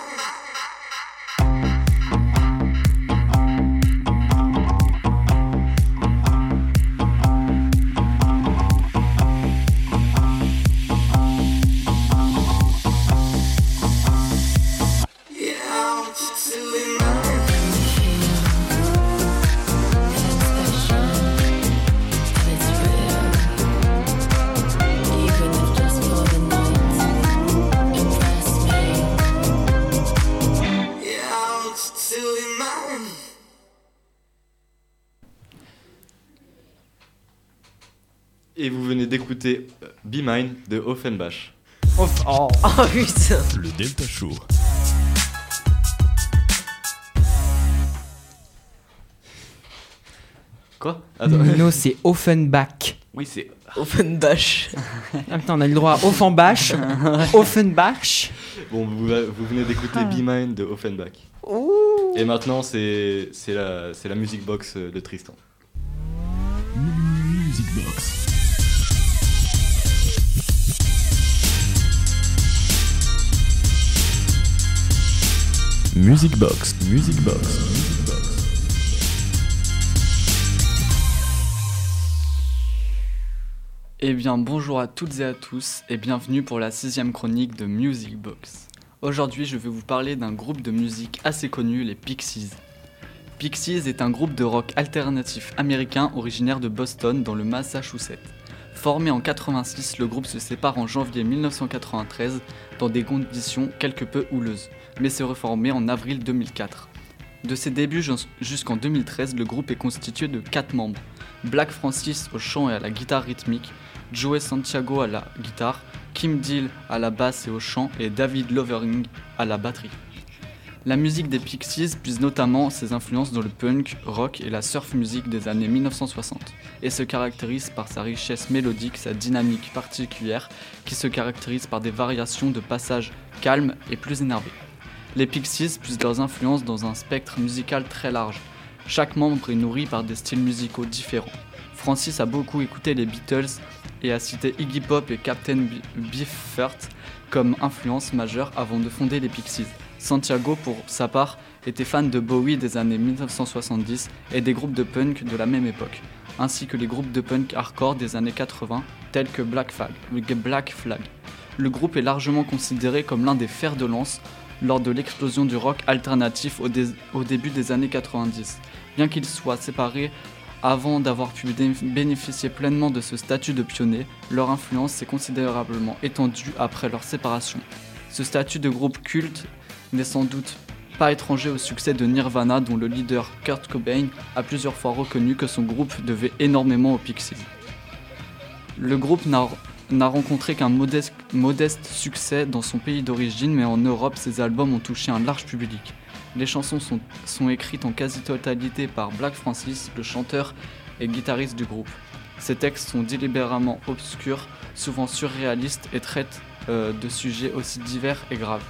Yeah, I want you to be mine. Yeah, I want you to be mine.
Et vous venez d'écouter euh, Be Mine de Offenbach.
Oh putain.
Le Delta Show.
Quoi Attends.
Nino, c'est Offenbach.
Oui, c'est.
Offenbach.
Ah, putain, on a eu le droit à Offenbach. Offenbach.
Bon, vous, euh, vous venez d'écouter Be Mine de Offenbach. Et maintenant, c'est c'est la, c'est la music box euh, de Tristan.
Music Box. Music Box, Music Box, Music Box.
Eh bien, bonjour à toutes et à tous et bienvenue pour la sixième chronique de Music Box. Aujourd'hui, je vais vous parler d'un groupe de musique assez connu, les Pixies. Pixies est un groupe de rock alternatif américain originaire de Boston, dans le Massachusetts. Formé en 86, le groupe se sépare en janvier 1993 dans des conditions quelque peu houleuses, mais s'est reformé en avril 2004. De ses débuts jus- jusqu'en 2013, le groupe est constitué de 4 membres Black Francis au chant et à la guitare rythmique, Joey Santiago à la guitare, Kim Deal à la basse et au chant et David Lovering à la batterie. La musique des Pixies puise notamment ses influences dans le punk, rock et la surf music des années 1960 et se caractérise par sa richesse mélodique, sa dynamique particulière qui se caractérise par des variations de passages calmes et plus énervés. Les Pixies puisent leurs influences dans un spectre musical très large. Chaque membre est nourri par des styles musicaux différents. Francis a beaucoup écouté les Beatles et a cité Iggy Pop et Captain Bi- Beefheart comme influence majeure avant de fonder les Pixies. Santiago, pour sa part, était fan de Bowie des années 1970 et des groupes de punk de la même époque, ainsi que les groupes de punk hardcore des années 80, tels que Black Flag. Black Flag. Le groupe est largement considéré comme l'un des fers de lance lors de l'explosion du rock alternatif au, dé- au début des années 90. Bien qu'ils soient séparés avant d'avoir pu dé- bénéficier pleinement de ce statut de pionnier, leur influence s'est considérablement étendue après leur séparation. Ce statut de groupe culte n'est sans doute pas étranger au succès de Nirvana dont le leader Kurt Cobain a plusieurs fois reconnu que son groupe devait énormément aux Pixies. Le groupe n'a n'a rencontré qu'un modeste, modeste succès dans son pays d'origine, mais en Europe, ses albums ont touché un large public. Les chansons sont, sont écrites en quasi-totalité par Black Francis, le chanteur et guitariste du groupe. Ses textes sont délibérément obscurs, souvent surréalistes et traitent euh, de sujets aussi divers et graves.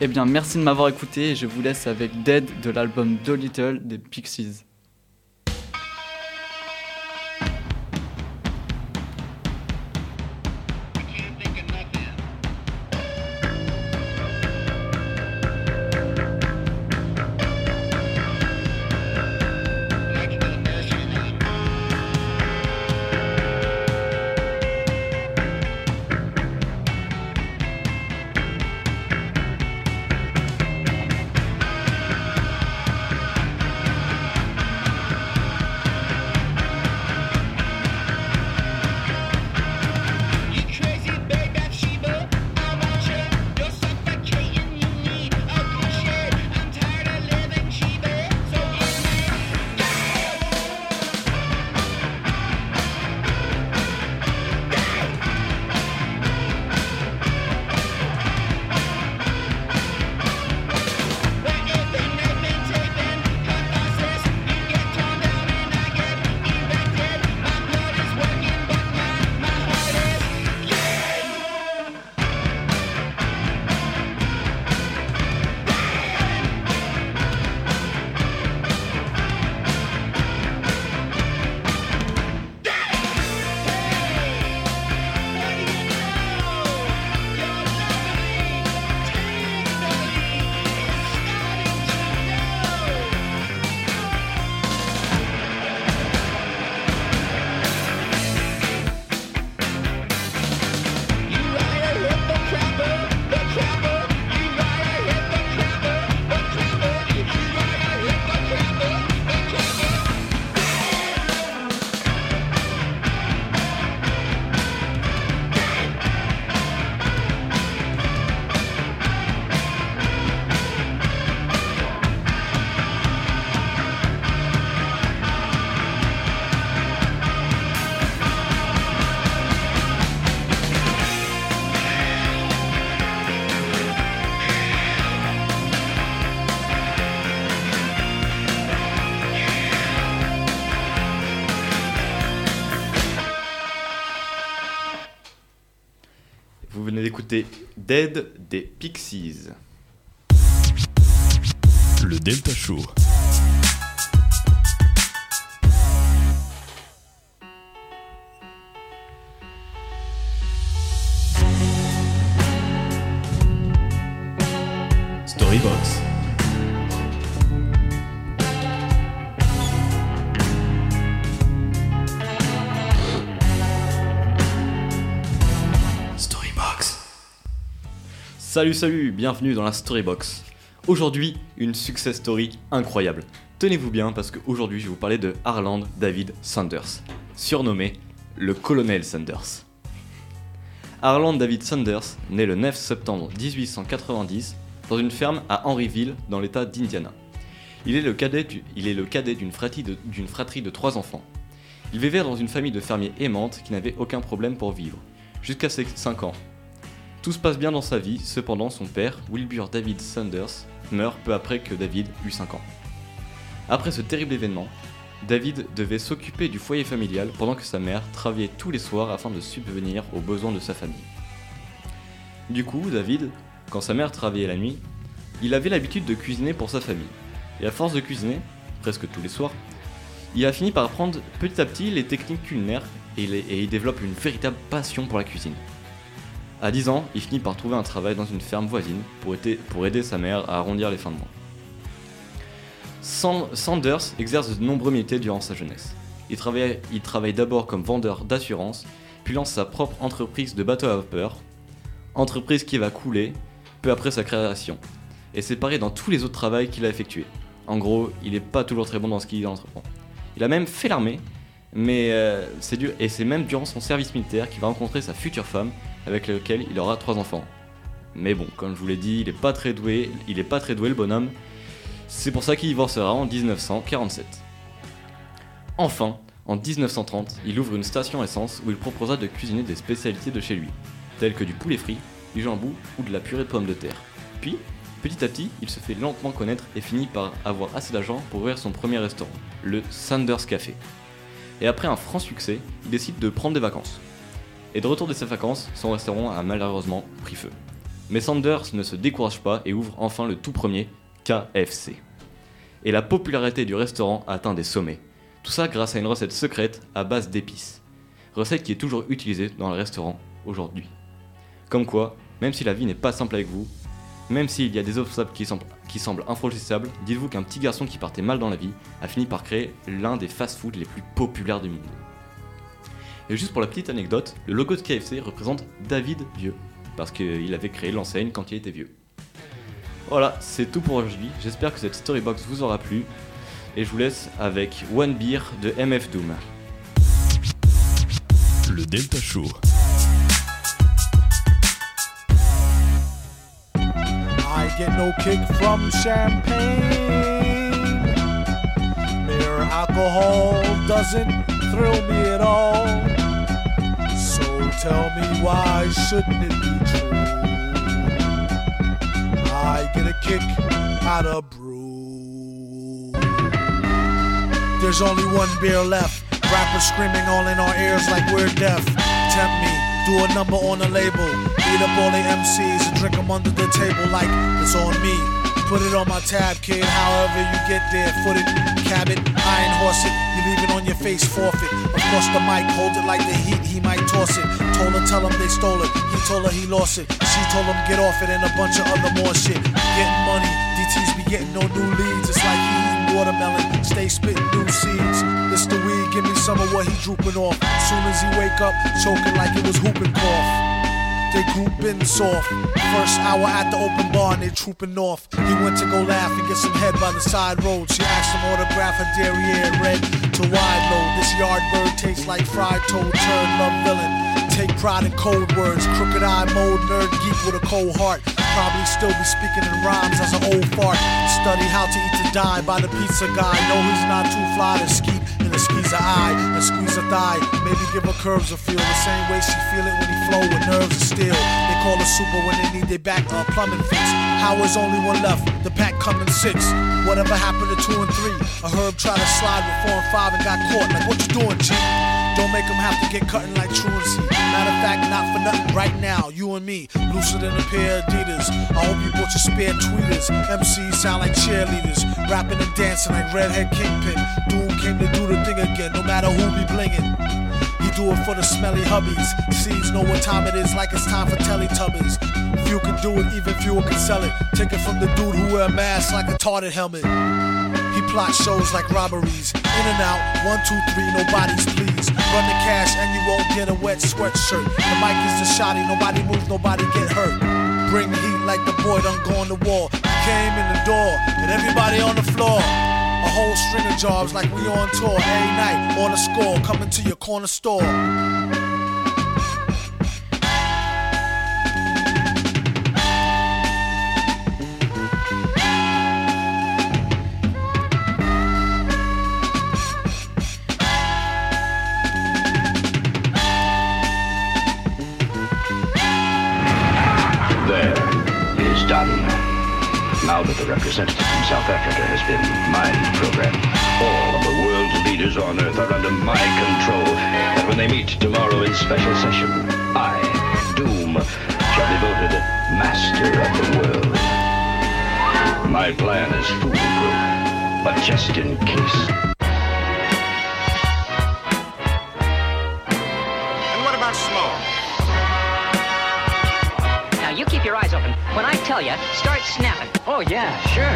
Eh bien, merci de m'avoir écouté et je vous laisse avec Dead de l'album Do Little des Pixies.
Vous venez d'écouter Dead des Pixies.
Le Delta Show. Storybox. Storybox.
Salut, salut, bienvenue dans la Storybox. Aujourd'hui, une success story incroyable. Tenez-vous bien parce qu'aujourd'hui, je vais vous parler de Harland David Sanders, surnommé le colonel Sanders. Harland David Sanders naît le 9 septembre 1890 dans une ferme à Henryville, dans l'état d'Indiana. Il est le cadet du- il est le cadet d'une fratrie, de- d'une fratrie de trois enfants. Il vivait dans une famille de fermiers aimante qui n'avait aucun problème pour vivre, jusqu'à ses 5 ans. Tout se passe bien dans sa vie, cependant son père, Wilbur David Sanders, meurt peu après que David eut 5 ans. Après ce terrible événement, David devait s'occuper du foyer familial pendant que sa mère travaillait tous les soirs afin de subvenir aux besoins de sa famille. Du coup, David, quand sa mère travaillait la nuit, il avait l'habitude de cuisiner pour sa famille. Et à force de cuisiner, presque tous les soirs, il a fini par apprendre petit à petit les techniques culinaires et il, est- et il développe une véritable passion pour la cuisine. À 10 ans, il finit par trouver un travail dans une ferme voisine pour aider, pour aider sa mère à arrondir les fins de mois. San- Sanders exerce de nombreux métiers durant sa jeunesse. Il travaille, il travaille d'abord comme vendeur d'assurance, puis lance sa propre entreprise de bateaux à vapeur, entreprise qui va couler peu après sa création, et c'est pareil dans tous les autres travaux qu'il a effectués. En gros, il n'est pas toujours très bon dans ce qu'il entreprend. Il a même fait l'armée, mais euh, c'est dur, et c'est même durant son service militaire qu'il va rencontrer sa future femme, avec laquelle il aura trois enfants. Mais bon, comme je vous l'ai dit, il est pas très doué, il est pas très doué le bonhomme. C'est pour ça qu'il divorcera en 1947. Enfin, en 1930, il ouvre une station essence où il proposera de cuisiner des spécialités de chez lui, telles que du poulet frit, du jambou ou de la purée de pommes de terre. Puis, petit à petit, il se fait lentement connaître et finit par avoir assez d'argent pour ouvrir son premier restaurant, le Sanders Café. Et après un franc succès, il décide de prendre des vacances. Et de retour de ses vacances, son restaurant a malheureusement pris feu. Mais Sanders ne se décourage pas et ouvre enfin le tout premier KFC. Et la popularité du restaurant atteint des sommets. Tout ça grâce à une recette secrète à base d'épices. Recette qui est toujours utilisée dans le restaurant aujourd'hui. Comme quoi, même si la vie n'est pas simple avec vous, même s'il y a des obstacles qui semblent, qui semblent infranchissables, dites-vous qu'un petit garçon qui partait mal dans la vie a fini par créer l'un des fast-foods les plus populaires du monde. Et juste pour la petite anecdote, le logo de KFC représente David Vieux, parce qu'il avait créé l'enseigne quand il était vieux. Voilà, c'est tout pour aujourd'hui. J'espère que cette storybox vous aura plu. Et je vous laisse avec One Beer de MF Doom.
Le Delta Show.
I get no kick from champagne. Mere alcohol doesn't thrill me at all. So tell me why shouldn't it be true? I get a kick out of brew. There's only one beer left. Rappers screaming all in our ears like we're deaf. Tempt me, do a number on the label. Beat up all the MCs and drink them under the table like it's on me. Put it on my tab, kid. However you get there, foot it, cab it, iron horse it. You leave it on your face, forfeit. Of course the mic, hold it like the heat, he might toss it. Told her, tell him they stole it. He told her he lost it. She told him get off it and a bunch of other more shit. Getting money, DT's be getting no new leads. It's like he eating watermelon, stay spitting new seeds. This the weed, give me some of what he drooping off. Soon as he wake up, choking like it was whooping cough. They grouping soft. First hour at the open bar and they trooping off. He went to go laugh and get some head by the side road. She asked him autograph her derriere red to wide load. This yard bird tastes like fried toad, turd, love villain. Take pride in cold words. Crooked eye mode, nerd geek with a cold heart. Probably still be speaking in rhymes as an old fart. Study how to eat to die by the pizza guy. No, he's not too fly to skeet and a squeeze her eye and squeeze her thigh. Maybe give her curves a feel the same way she feel it when he flow with nerves of steel. They call her super when they need their back uh, plumbing fix. Howard's only one left. The pack coming six. Whatever happened to two and three? A herb tried to slide with four and five and got caught. Like what you doing, G? Don't make them have to get cutting like truancy. Matter of fact, not for nothing. Right now, you and me, looser than a pair of Adidas. I hope you bought your spare tweeters. MCs sound like cheerleaders, rapping and dancing like redhead kingpin. Dude came to do the thing again, no matter who be blingin'. He do it for the smelly hubbies. Seeds know what time it is, like it's time for Teletubbies. Few can do it, even fewer can sell it. Take it from the dude who wear a mask like a tarted helmet. He plot shows like robberies. In and out, one, two, three, nobody's please. Run the cash and you won't get a wet sweatshirt. The mic is the shotty, nobody moves, nobody get hurt. Bring heat like the boy done gone to war. He came in the door and everybody on the floor. A whole string of jobs like we on tour every night on a score, coming to your corner store.
proud of the representative from South Africa has been my program. All of the world's leaders on Earth are under my control, and when they meet tomorrow in special session, I, Doom, shall be voted master of the world. My plan is foolproof, but just in case.
And what about smoke?
Now you keep your eyes open. When I tell you, start snapping. Oh yeah, sure.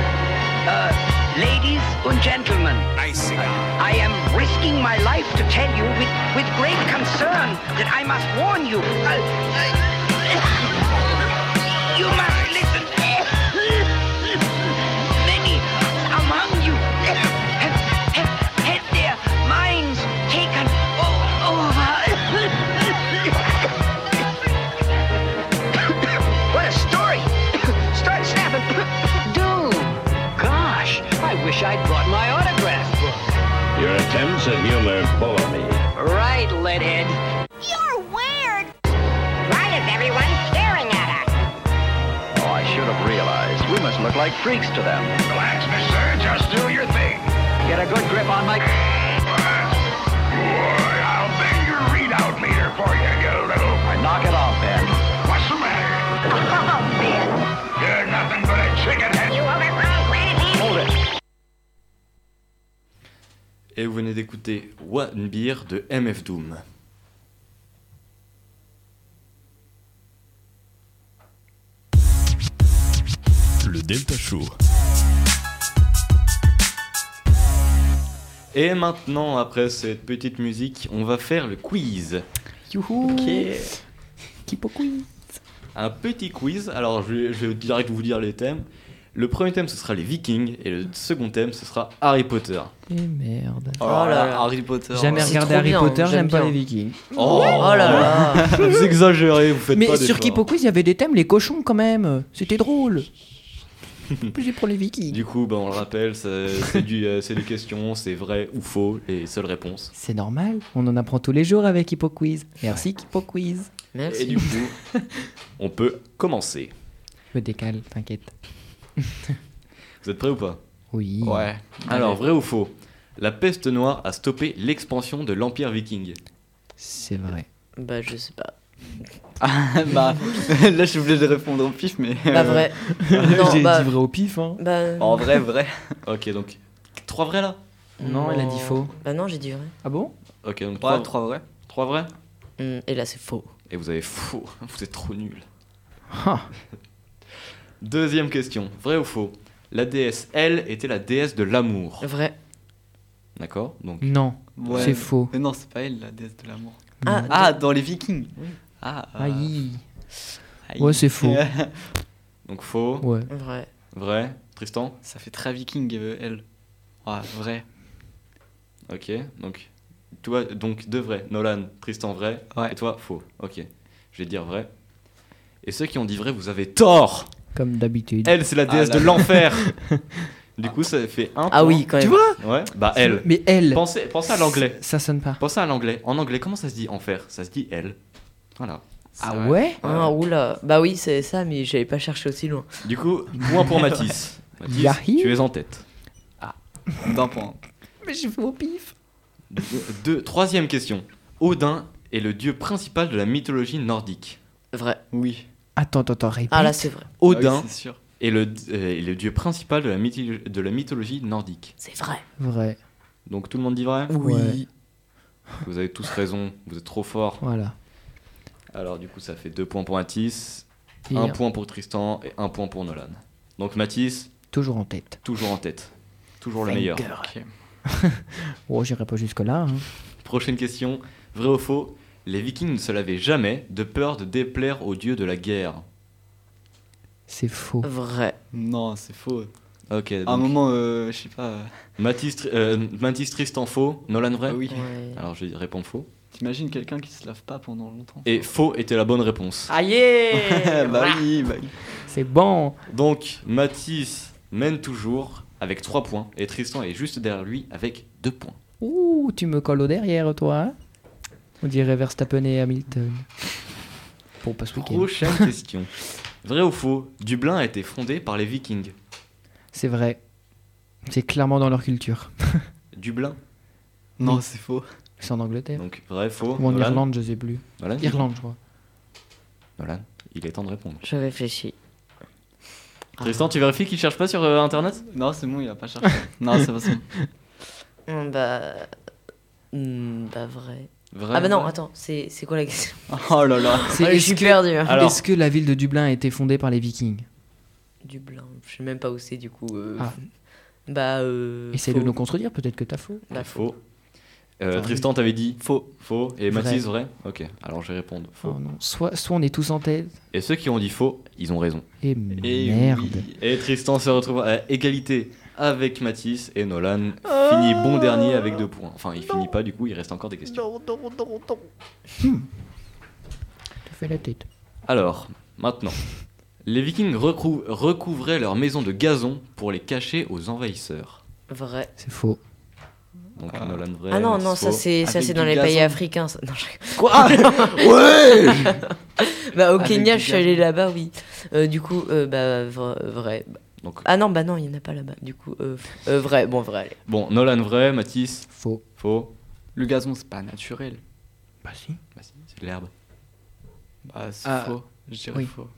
Uh, ladies and gentlemen,
Icing.
I am risking my life to tell you with, with great concern that I must warn you. Uh, uh, you must listen. Many among you have, have had their minds taken o- over. What a story! Start snapping. Dude, gosh, I wish I'd brought my autograph book.
Your attempts at humor bore me.
Right, Leadhead.
You're weird.
Why is everyone staring at us?
Oh, I should have realized. We must look like freaks to them.
Relax, mister. Just do your thing.
Get a good grip on my.
Boy, I'll bend your readout meter for you, you little.
I knock it off, Ben.
What's the matter?
Oh, man.
You're nothing but a chicken head.
overgrown Leadhead.
Hold it.
Et vous venez d'écouter One Beer de MF Doom.
Le Delta Show.
Et maintenant, après cette petite musique, on va faire le quiz.
Youhou Kipo Queen.
Un petit quiz. Alors, je vais, je vais direct vous dire les thèmes. Le premier thème, ce sera les Vikings. Et le second thème, ce sera Harry Potter.
Et Eh, merde.
Alors
là là.
Harry Potter.
Oh Jamais
Oh, c'est
regardé
trop
Harry
bien,
Potter,
j'aime
j'aime pas
bien.
les Vikings.
Oh,
Oh là là.
Vous exagérez, vous faites pas
Mais sur
d'efforts.
Kipo Quiz, il y avait des thèmes, les cochons quand même. C'était drôle. Plus pour les Vikings.
Du coup, bah, on le rappelle, ça- c'est du, euh, c'est des questions, c'est vrai ou faux, les seules réponses.
C'est normal, on en apprend tous les jours avec Kipo Quiz. Merci Kipo Quiz.
Et
Merci.
du coup, on peut commencer.
Je me décale, t'inquiète.
Vous êtes prêts ou pas
Oui.
Alors, vrai ou faux La peste noire a stoppé l'expansion de l'Empire viking.
C'est vrai.
Bah, je sais pas.
bah, là, je voulais répondre au pif, mais. euh,
Bah, vrai. non,
Euh, J'ai
bah.
dit vrai au pif, hein.
Bah,
En vrai, vrai.
Ok, donc trois vrais là
Non, elle a dit faux.
bah non, j'ai dit vrai.
Ah bon
Ok, donc
Ouais,
trois,
trois vrais.
trois vrais
Hmm, et là, c'est faux.
Et vous avez faux, vous êtes trop nuls.
Ah.
Deuxième question, vrai ou faux La déesse, elle, était la déesse de l'amour.
Vrai.
D'accord Donc,
Non,
Ouais.
c'est faux.
Mais non, c'est pas elle, la déesse de l'amour.
Mm.
Ah,
Ah, dans les Vikings. Ah. euh,
Aïe.
aïe.
Ouais, c'est faux.
donc faux,
Ouais.
vrai.
vrai, Tristan
Ça fait très viking, euh, elle. Ouais, vrai.
Ok, donc toi, donc deux vrais. Nolan, Tristan, vrai.
Ouais.
Et toi, faux. Ok, je vais dire vrai. Et ceux qui ont dit vrai, vous avez tort
Comme d'habitude.
Elle, c'est la déesse
Ah là.
de l'enfer Du coup, ça fait un.
Ah oui, quand même.
Tu vois
Ouais, bah elle.
Mais elle.
Pensez, pensez à l'anglais.
Ça sonne pas.
Pensez à l'anglais. En anglais, comment ça se dit enfer Ça se dit elle. Voilà.
Ah ouais
Ah, oula. Bah oui, c'est ça, mais j'avais pas cherché aussi loin.
Du coup, point pour Mathis. Mathis,
Yahi.
tu es en tête.
D'un point.
Mais j'ai fait au pif.
Deux, troisième question. Odin est le dieu principal de la mythologie nordique.
Vrai.
Oui.
Attends, attends, attends, répète.
Ah là, c'est vrai.
Odin
Ah oui, c'est sûr.
est, le, euh, est le dieu principal de la, mythi- de la mythologie nordique.
C'est vrai.
Vrai.
Donc tout le monde dit vrai
Oui.
Vous avez tous raison, vous êtes trop forts.
Voilà.
Alors du coup, ça fait deux points pour Mathis,
Et
un point pour Tristan et un point pour Nolan. Donc Mathis,
toujours en tête.
toujours en tête. Toujours le meilleur.
Ok.
Oh, j'irai pas jusque-là. hein.
Prochaine question. Vrai ou faux Les vikings ne se lavaient jamais de peur de déplaire aux dieux de la guerre.
C'est faux.
Vrai.
Non, c'est faux.
Ok,
À un
donc
moment, euh, je sais pas. euh,
Mathis, Tri- euh, Mathis Tristan faux, Nolan vrai
ah oui.
Ouais.
Alors je vais répondre faux.
T'imagines quelqu'un qui se lave pas pendant longtemps.
Et faux était la bonne réponse.
Ah yeah
Eh,
bah oui, bah oui.
C'est bon.
Donc Mathis mène toujours avec 3 points et Tristan est juste derrière lui avec 2 points.
Ouh, tu me colles au derrière, toi. hein On dirait Verstappen et Hamilton. Pour pas ce week-end.
Prochaine question. Vrai ou faux Dublin a été fondé par les vikings.
C'est vrai. C'est clairement dans leur culture.
Dublin.
Non, c'est faux.
C'est en Angleterre.
Donc, vrai, faux.
Ou en
Nolan.
Irlande, je sais plus.
Nolan.
Irlande, je crois.
Nolan. Il est temps de répondre.
Je réfléchis.
Tristan, tu vérifies qu'il cherche pas sur euh, internet
Non, c'est bon, il a pas cherché. non, c'est pas ça.
Hum, bah. hum, bah, vrai.
Vrai.
Ah, bah non, attends, c'est c'est quoi la question
Oh là là.
C'est-
Ah, Je
Est-ce
suis
que,
perdu.
Alors.
est-ce que la ville de Dublin a été fondée par les Vikings
Dublin, je sais même pas où c'est du coup. euh,
Ah.
Bah. Euh,
Essaye de
faux.
nous contredire, peut-être que t'as faux.
Bah,
Faux. Euh,
Enfin,
Tristan, t'avais dit
Faux.
faux et
Vrai.
Mathis vrai. Ok, alors je vais répondre faux.
Oh non. Soit, soit on est tous en tête.
Et ceux qui ont dit faux, ils ont raison.
Et,
Et
merde.
oui. Et Tristan se retrouve à égalité avec Mathis et Nolan
Ah.
finit bon dernier avec deux points. Enfin, il finit pas du coup, il reste encore des questions.
T'as fait la tête.
Alors, maintenant, les Vikings recou- recouvraient leur maison de gazon pour les cacher aux envahisseurs.
Vrai.
C'est faux.
Donc Nolan vrai.
Ah non,
Mathis,
non, ça
faux.
c'est ça
Avec
c'est
du
dans les pays
gazon.
africains. ça. Non, je-
Quoi Ouais
Bah, au
Avec
Kenya,
du
je suis allée là-bas, oui. Euh, du coup, euh, bah, vra- vrai.
Donc,
Ah non, bah non, il y en a pas là-bas. Du coup, euh, f- euh, vrai. Bon, vrai, allez.
bon, Nolan vrai, Mathis
Faux.
faux.
Le gazon, c'est pas naturel.
Bah si.
Bah si, c'est de l'herbe.
Bah, c'est
Ah,
faux. Je dirais
oui.
faux.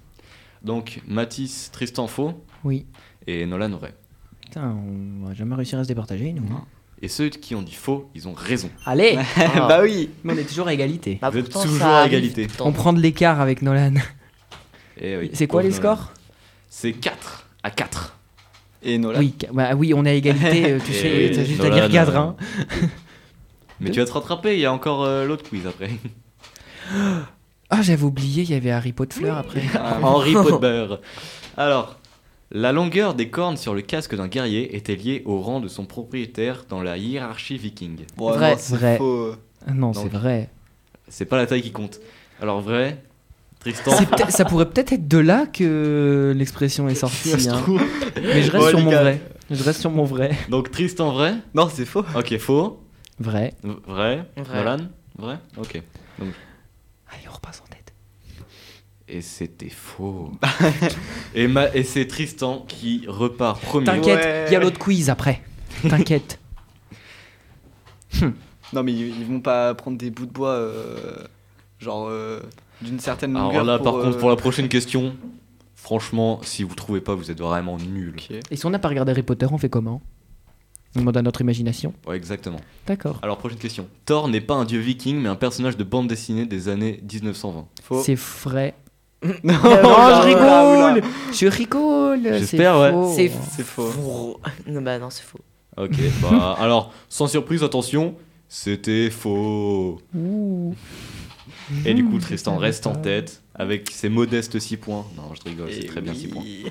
Donc, Mathis, Tristan faux
Oui.
et Nolan vrai.
Putain, on va jamais réussir à se départager, nous. hein.
Et ceux qui ont dit faux, ils ont raison.
Allez
Ah.
bah oui.
Mais on est toujours à égalité.
Bah,
Vous êtes
pourtant,
toujours
ça
à
arrive
égalité.
pourtant.
On prend de l'écart avec Nolan.
Eh oui,
C'est quoi
pauvre
les
Nolan.
scores
C'est 4 à 4.
Et Nolan.
oui, ca- bah oui, on est à égalité, euh, tu
Eh
sais,
oui,
t'as juste à
Nolan,
dire cadrin.
Mais tu vas te rattraper, il y a encore euh, l'autre quiz après.
Ah, j'avais oublié, il y avait Harry Potter fleur après.
Henri Potter. Alors, la longueur des cornes sur le casque d'un guerrier était liée au rang de son propriétaire dans la hiérarchie viking.
Bon,
Vrai.
non, c'est
Vrai.
faux.
Ah Non,
Donc,
c'est vrai.
C'est pas la taille qui compte. Alors vrai, Tristan.
C'est peut-être- ça pourrait peut-être être de là que l'expression est sortie.
se
hein.
trouve.
Mais je reste
Bon,
sur
les
mon
gars.
vrai. Je reste sur mon vrai.
Donc Tristan vrai.
Non, c'est faux.
Ok faux.
Vrai.
V- Vrai.
Vrai.
Nolan. Vrai. Ok.
Allez, on repasse en tête.
Et c'était faux. et ma- et c'est Tristan qui repart premier.
T'inquiète, il y a l'autre quiz après. T'inquiète.
Non, mais ils, ils vont pas prendre des bouts de bois, euh, genre euh, d'une certaine longueur.
Alors là,
pour,
par contre,
euh,
pour la prochaine question, franchement, si vous trouvez pas, vous êtes vraiment nul.
ok.
Et si on n'a pas regardé Harry Potter, on fait comment On demande à notre imagination.
Ouais, exactement.
D'accord.
Alors, prochaine question. Thor n'est pas un dieu viking, mais un personnage de bande dessinée des années 1920.
Faux.
C'est vrai.
Non,
Oh,
oula,
je
oula,
rigole
oula.
Je rigole c'est
J'espère, ouais.
faux.
Oh. C'est
C'est faux.
faux. Non, bah non, c'est faux.
Ok, bah alors, sans surprise, attention, c'était faux.
Ouh.
Et du
Mmh,
coup,
je
Tristan
savais
reste en
pas.
tête avec ses modestes 6 points. Non, je rigole, c'est
Eh
très bien 6 points.
oui.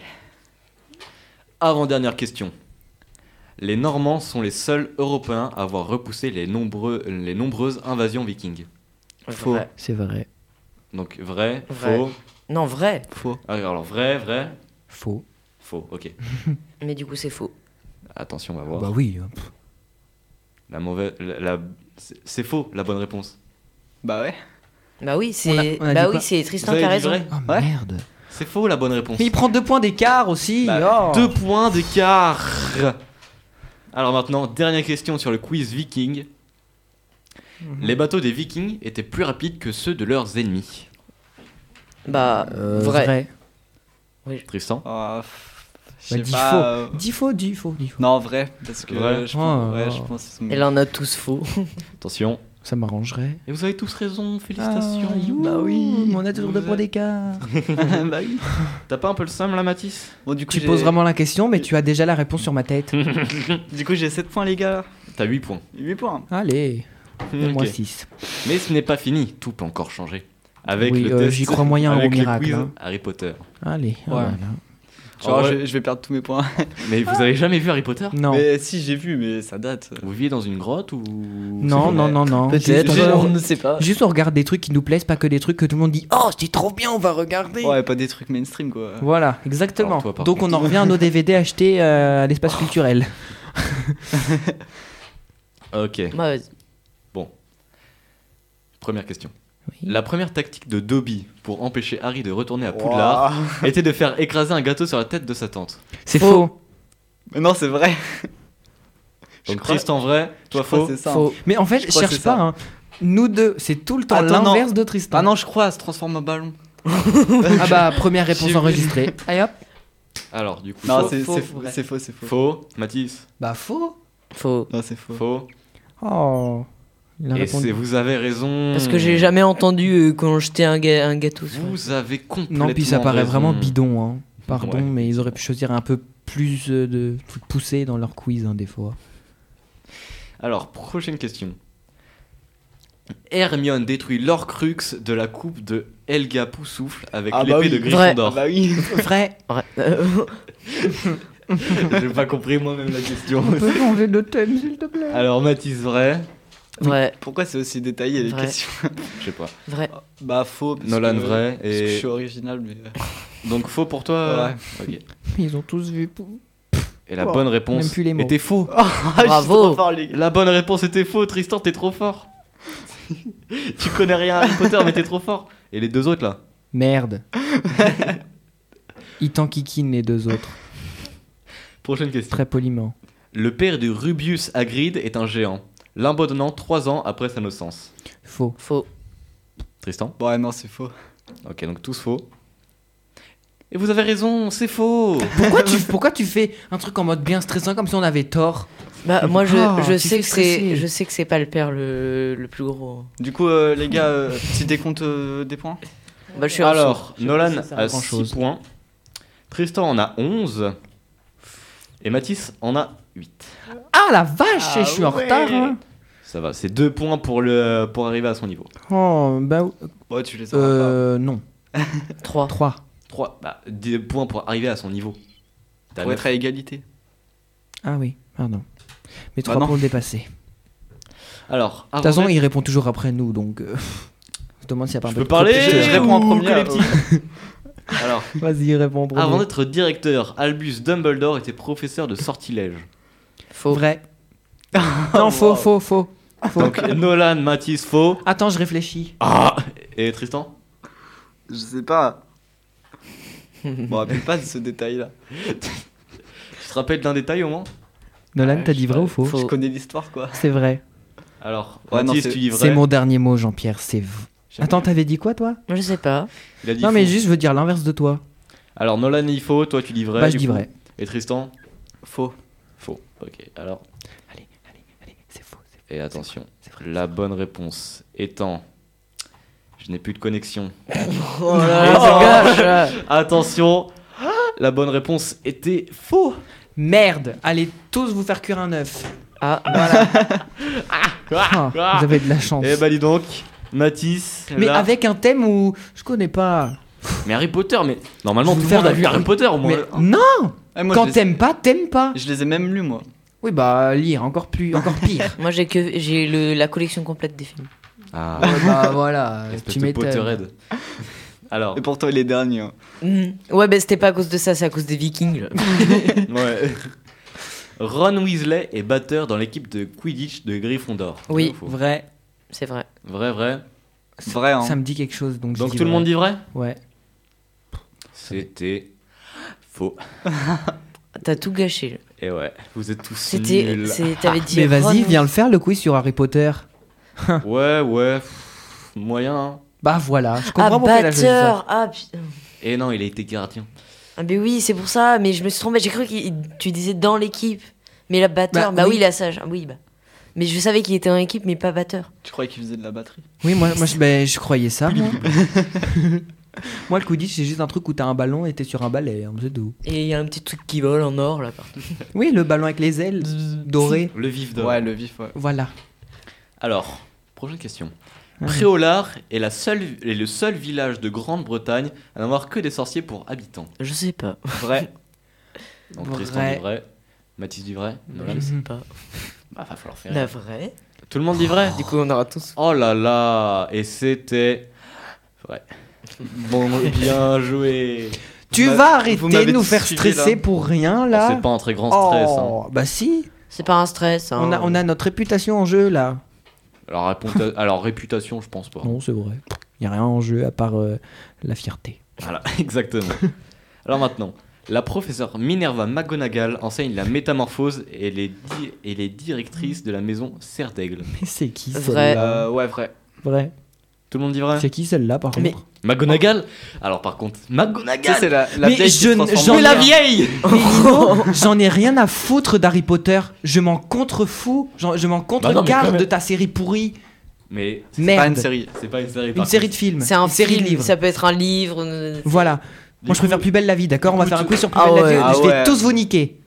Avant-dernière question. Les Normands sont les seuls Européens à avoir repoussé les, nombreux, les nombreuses invasions vikings.
Faux.
Vrai.
C'est vrai.
Donc, vrai,
Vrai.
faux.
Non, vrai.
Faux.
Ah, Alors, vrai, vrai,
Faux.
faux, ok.
Mais du coup, c'est faux.
Attention, on va voir.
Bah oui.
La mauvaise. La, la- c'est c'est faux, la bonne réponse.
Bah ouais.
Bah oui,
On a-
c'est
on a
bah
dit
oui,
quoi
c'est
Vous
Tristan
avez
qui a
dit
raison.
vrai
Oh
Ouais.
merde.
C'est faux, la bonne réponse.
Mais il prend deux points d'écart aussi.
Bah,
oh.
Deux points d'écart. Alors maintenant, dernière question sur le quiz viking. Les bateaux des vikings étaient plus rapides que ceux de leurs ennemis.
Bah
Euh,
vrai.
vrai.
Tristan
Ah, pff, je
Bah,
sais
dis
pas.
faux.
euh,
Dix faux, dix faux, dix faux.
Non, vrai. Parce que
Vrai. Ah.
je pense,
Oh.
ouais, je pense qu'ils sont-
Et là, on a tous faux.
Attention.
Ça m'arrangerait.
Et vous avez tous raison, Ah, félicitations.
bah oui. on a toujours
Vous
deux points
êtes-
d'écart.
Bah oui.
T'as pas un peu le seum là, Mathis
Bon, du coup,
Tu
j'ai-
poses vraiment la question, mais tu as déjà la réponse sur ma tête.
Du coup, j'ai 7 points, les gars.
T'as 8 points.
8 points.
Allez, moi
Ok.
6.
Mais ce n'est pas fini, tout peut encore changer. Avec
Oui,
le
euh,
test-
j'y crois moyen
avec
au
le
miracle,
quiz
hein.
Harry Potter.
Allez, oh voilà.
Genre,
En vrai-
je, je vais perdre tous mes points.
Mais vous avez jamais vu Harry Potter
Non.
Mais si, j'ai vu, mais ça date.
Vous viviez dans une grotte ou
Non, non, non, non.
Peut-être,
Juste
on
on,
ne sait pas.
juste on regarde des trucs qui nous plaisent, pas que des trucs que tout le monde dit Oh, c'est trop bien, on va regarder.
Ouais, pas des trucs mainstream, quoi.
Voilà, exactement.
Alors toi, par
Donc on en revient à nos DVD achetés euh, à l'espace culturel.
Ok.
Bah, vas-y.
Première question.
Oui.
La première tactique de Dobby pour empêcher Harry de retourner à Poudlard était de faire écraser un gâteau sur la tête de sa tante.
C'est
Faux.
faux.
Mais non, c'est vrai. Je
Donc
crois-
triste en vrai, toi
je crois
faux.
que c'est ça. hein.
Faux. Mais en fait,
Je crois que
cherche
c'est
pas.
ça.
hein. Nous deux, c'est tout le temps
Attends, non.
l'inverse de Tristan.
Ah non, je crois, elle se transforme en ballon.
Ah bah, première réponse
J'ai vu.
enregistrée. Allez hop.
Alors, du coup,
Non,
faux.
c'est
faux,
c'est-
vrai.
c'est faux, c'est faux.
Faux, Mathis,
Bah, faux.
Faux.
Non, c'est faux.
faux.
Oh. Il a
Et
répondu.
c'est- vous avez raison.
Parce que j'ai jamais entendu euh, qu'on jetait un, ga- un gâteau sur.
Vous avez complètement
Non, puis ça paraît
raison.
vraiment bidon. hein. Pardon,
Ouais.
mais ils auraient pu choisir un peu plus euh, de trucs poussés dans leur quiz, hein, des fois.
Alors, prochaine question. Hermione détruit l'Orcrux de la coupe de Helga Poussoufle avec
Ah
l'épée
bah oui.
de
Vrai.
Ah
Gryffondor.
bah oui.
Vrai.
Ouais. Euh,
bah
J'ai pas compris moi-même la question.
peut changer de thème, s'il te plaît.
Alors, Mathis, vrai
vrai,
Pourquoi c'est aussi détaillé les
Vrai.
questions
Je sais pas.
vrai. Ah,
Bah faux. parce
Nolan,
que-
vrai.
Parce que je
Et
suis original, mais. euh,
donc, faux pour toi Ok.
Ils ont tous vu.
Et la
Oh,
bonne réponse
même plus les mots.
était faux.
Oh,
Ah, Bravo.
La bonne réponse était faux, Tristan, t'es trop fort. tu connais rien à Harry Potter, mais t'es trop fort. Et les deux autres là
Merde. Ils t'enquiquinent les deux autres,
Prochaine question.
très poliment.
Le père de Rubius Hagrid est un géant, l'abandonnant trois ans après sa naissance.
Faux.
Faux.
Tristan
Bon, ouais, non, c'est faux.
Ok, donc tous faux. Et vous avez raison, c'est faux
Pourquoi tu, pourquoi tu fais un truc en mode bien stressant comme si on avait tort
Bah, moi, je,
Ah,
je
tu
sais
fais
que c'est,
stresser.
je sais que c'est pas le père le, le plus gros.
Du coup, euh, les gars, euh, petit décompte euh, des points
Bah, je suis
Alors,
Je sais pas
Nolan euh,
si ça sert à
a
grand-chose.
6 points, Tristan en a 11, et Mathis en a 8.
Ah la vache, je suis en retard. hein.
Ça va, c'est 2 points pour, le, pour arriver à son niveau.
Oh, bah.
Ouais, tu les auras
Euh, non.
3.
3.
3, bah, 2 points pour arriver à son niveau.
pas.
T'as
Pour
neuf.
être à égalité.
Ah oui, pardon.
Bah
Mais 3
non.
pour le dépasser.
Alors,
De
avant
toute façon,
d'être-
il répond toujours après nous, donc. euh, Je me demande s'il n'y a pas un
Je
peu
peux
de
parler
compétiteur.
Je réponds en
Ouh,
premier,
que les
alors. Alors,
petits. Vas-y, réponds en premier.
avant d'être directeur, Albus Dumbledore était professeur de sortilège.
Faux.
Vrai. non, faux, faux, faux. Faux.
Donc Nolan, Mathis, faux.
Attends, je réfléchis.
Ah Et Tristan
Je sais pas. bon, rappelle pas de ce détail-là.
Tu te rappelles d'un détail au moins
Nolan, t'as dit vrai ou faux,
Je connais l'histoire, quoi.
C'est vrai.
Alors,
Ouais, non,
Mathis,
c'est-
tu dis
C'est
vrai.
mon dernier mot, Jean-Pierre. C'est. v-
J'aime
Attends, t'avais dit quoi, toi
Je sais pas.
Il a dit
Non, mais
faux.
juste, je veux dire l'inverse de toi.
Alors Nolan, il faut, toi tu dis vrai.
bah, je
du
dis
coup.
vrai.
Et Tristan
Faux.
Faux. Ok, alors.
Allez, allez, allez, c'est faux. c'est faux,
Et attention,
c'est vrai.
la bonne réponse étant. Je n'ai plus de connexion.
Oh
là, ça gâche,
là
Attention La bonne réponse était faux
Merde, allez tous vous faire cuire un œuf.
Ah,
Ah,
Ah
vous avez de la chance.
Eh bah dis donc, Mathis.
mais
là-
avec un thème où je connais pas.
Mais Harry Potter, mais. Normalement,
Vous
tout le
faire
monde a
la-
vu Harry Potter au moins.
Mais non,
Eh, moi,
quand
je, les...
t'aimes pas, t'aimes pas.
je les ai même lus, moi.
Oui, bah lire encore plus, encore pire.
moi j'ai que j'ai le, la collection complète des films.
Ah,
Ouais, bah voilà,
espèce
tu
de
m'étonnes.
Potterhead. Alors,
Et pourtant, il est dernier. hein.
Mhm. Ouais, bah c'était pas à cause de ça, c'est à cause des Vikings. là.
ouais. Ron Weasley est batteur dans l'équipe de Quidditch de Gryffondor.
Oui.
Faux.
Vrai,
C'est vrai.
Vrai, vrai.
Vrai, hein.
ça me dit quelque chose donc. je
Donc
dis
tout le
vrai.
monde dit vrai
Ouais.
C'était faux.
T'as tout gâché. là.
Et Eh ouais, vous êtes tous
C'était,
nuls.
c'est- t'avais dit.
Ah, Mais vas-y,
Ron-
viens le faire le quiz sur Harry Potter.
Ouais, ouais, pff, moyen. hein.
Bah voilà, je
Ah,
comprends pourquoi il a choisi ça.
batteur Ah, putain.
Et Eh non, il a été gardien.
Ah, mais oui, c'est pour ça, mais je me suis trompée. J'ai cru que tu disais dans l'équipe. Mais la batteur,
Bah,
bah,
oui.
oui, la sage. Ah Oui, bah. Mais je savais qu'il était dans l'équipe, mais pas batteur.
Tu croyais qu'il faisait de la batterie
Oui, moi, moi je, ben, je croyais ça. Moi. Moi, le Quidditch, c'est juste un truc où t'as un ballon et t'es sur un balai, hein, c'est tout.
Et il y a un petit truc qui vole en or là partout.
Oui, le ballon avec les ailes dorées.
Le vif d'or.
Ouais, le vif, ouais.
Voilà.
Alors, prochaine question.
Ah.
Préolard est, la seule, est le seul village de Grande-Bretagne à n'avoir que des sorciers pour habitants.
Je sais pas.
Vrai.
Donc
Vrai.
Tristan dit vrai, Mathis dit vrai, Nolan.
Je sais
Mhm.
pas.
Bah, va falloir faire.
La vraie.
Tout le monde dit vrai
Du coup, on aura tous.
Oh là là Et c'était. Vrai. Bon, bien joué
Tu
Bah,
m'a-
vas
vous
arrêter
m'avez
de nous faire
suivi, là.
stresser pour rien là.
C'est pas un très grand stress. hein.
Oh, bah si.
C'est pas un stress. hein.
On a, on a notre réputation en jeu là.
Alors, réponta- Alors, réputation, je pense pas.
Non, c'est vrai. Il y a rien en jeu à part euh, la fierté.
Voilà, exactement. Alors maintenant, La professeure Minerva McGonagall enseigne la métamorphose et les, di- et les directrices de la maison Serdaigle.
Mais c'est qui
Vrai.
celle-là
Euh, ouais, vrai.
Vrai.
Tout le monde dit vrai
C'est qui celle-là par contre
Mais-
McGonagall
Oh.
Alors par contre,
Tu sais,
McGonagall
c'est la, la
Mais
vieille qui
je
se
ne-
transforme
j'en
en
ai
merde.
la
vieille
Mais Lino, j'en ai rien à foutre d'Harry Potter. Je m'en contrefous. J'en-
Bah
Je m'en contrecarre de ta série pourrie.
Mais
Merde.
Pas une série.
c'est pas une série.
Une série de films.
C'est un
une série
film,
de livres.
ça peut être un livre. euh,
Voilà. Moi, je préfère Plus belle la vie, d'accord On va faire un coup sur Plus
Ah
belle la vie.
ouais.
je
Ah
vais
ouais.
tous vous niquer.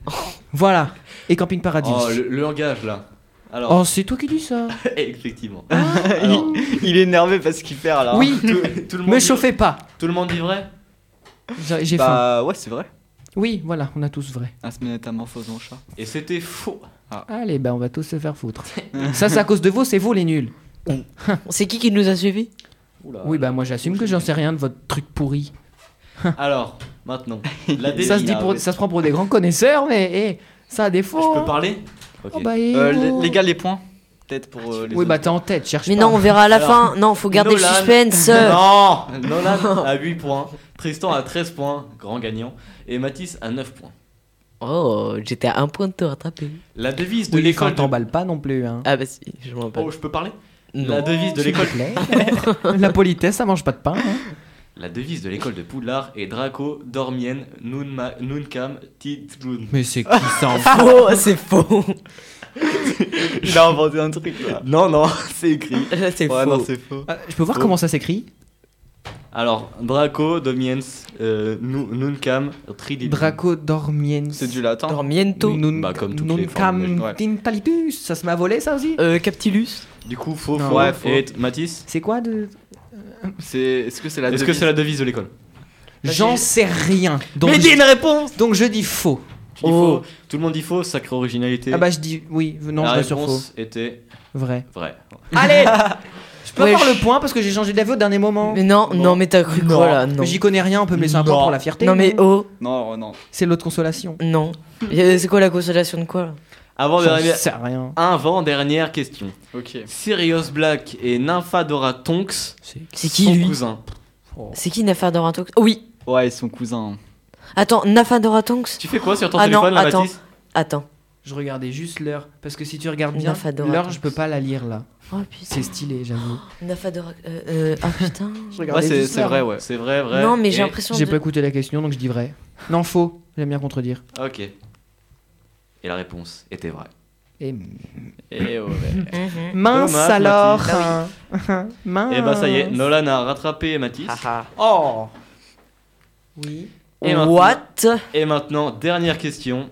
voilà. Et Camping Paradis.
Oh,
Oh,
le, le langage là. Alors,
c'est toi qui dis ça
effectivement. Alors,
Il est énervé parce qu'il perd là. hein.
Oui,
tout, tout le monde
me
dit-
chauffez pas.
Tout le monde dit vrai
J'ai j'ai faim.
Bah ouais, c'est vrai.
Oui, voilà, on a tous vrai.
Un se métamorphose en chat.
Et c'était faux.
Allez, bah on va tous se faire foutre. ça, c'est à cause de vous, c'est vous les nuls.
C'est qui qui nous a suivis
Oui, bah moi j'assume que j'en sais rien de votre truc pourri.
Alors, maintenant, la
Ça se, dit pour-
délivrance.
ça se Oh. prend pour des grands connaisseurs, mais eh, ça a des hein. faux.
Ah, Je peux parler Ok.
Euh, les, les gars, les points Peut-être pour euh, les
bah, eh, oh. Oui, bah
autres.
t'es en tête, cherche
Mais
pas.
non, on verra à la
Alors,
fin. Non, faut garder
Nolan.
le suspense.
Non Nolan à 8 points, Tristan à 13 points, grand gagnant, et Mathis à 9 points.
Oh, j'étais à un point de te rattraper.
La devise de
Oui, enfin,
l'école. de-
t'emballes pas non plus. Hein.
Ah bah si, je m'en rappelle.
Oh, je peux parler
Non.
La devise de l'école.
S'il te plaît. la politesse, ça mange pas de pain. hein.
La devise de l'école de Poudlard est Draco, Dormienne, Nunma- Nuncam, Titloun.
Mais c'est qui ça en fait
Faux, Oh, c'est faux.
Il a inventé un truc là.
Non, non, c'est écrit.
c'est
Ouais, non,
faux.
c'est faux.
Ah, Je peux voir comment ça s'écrit
Alors, Draco, Dormiens, euh, Nu- Nuncam, Trilil.
Draco dormiens.
C'est du latin.
Dormiento.
Nun,
Bah, comme toutes
nun
les
cam
formes,
ouais.
tintalitus. Ça se met à voler ça aussi
Euh, Captilus.
Du coup, faux,
Non.
faux.
Ouais, faux.
Et Mathis
C'est quoi de.
C'est... Est-ce que c'est la
Est-ce que
devise
c'est la devise de l'école
J'en sais rien. Donc,
Mais dis
je...
une réponse
donc je dis faux.
Tu dis
Oh.
faux. Tout le monde dit faux, sacrée originalité.
Ah bah je dis oui, non,
La
je vais sur faux.
réponse était
Vrai.
vraie.
Allez Je peux
Ouais,
avoir
je-
le point parce que j'ai changé d'avis au dernier moment.
Mais non, non, mais t'as cru quoi là Non.
J'y connais rien, on peut me laisser un
Non.
point pour la fierté.
Non mais oh,
Non, non.
C'est l'autre consolation.
non. Euh, C'est quoi la consolation de quoi là
Oh,
Avant
J'en
dernière,
sais rien.
avant-dernière question.
Ok.
Sirius Black et Nymphadora Tonks
C'est qui
sont
lui
cousins.
C'est qui Nafadoratonx Oh Oui.
Ouais, ils sont cousins. hein.
Attends, Nafadoratonx
Tu fais quoi sur ton
Ah non,
téléphone, là,
attends.
Mathis
Attends.
Je regardais juste l'heure parce que si tu regardes bien,
Nafadora.
l'heure je peux pas la lire là.
Oh putain.
C'est stylé, j'avoue.
Nafadora. Euh, euh, ah putain.
Ouais, c'est, c'est vrai, ouais.
C'est vrai, vrai.
non mais j'ai
Et-
l'impression
J'ai
de.
pas écouté la question donc je dis vrai. Non faux. J'aime bien contredire.
Ok. Et la réponse était vraie.
Et...
Oh,
Et ouais.
Mhm.
Mince
Dommage,
alors.
Mathilde.
Bah
hein. Mince.
Et
Eh ben,
bah ça y
Ah.
est, Nolan a rattrapé Mathis.
Oh. Oui.
Et maintenant-
What
Et maintenant, dernière question.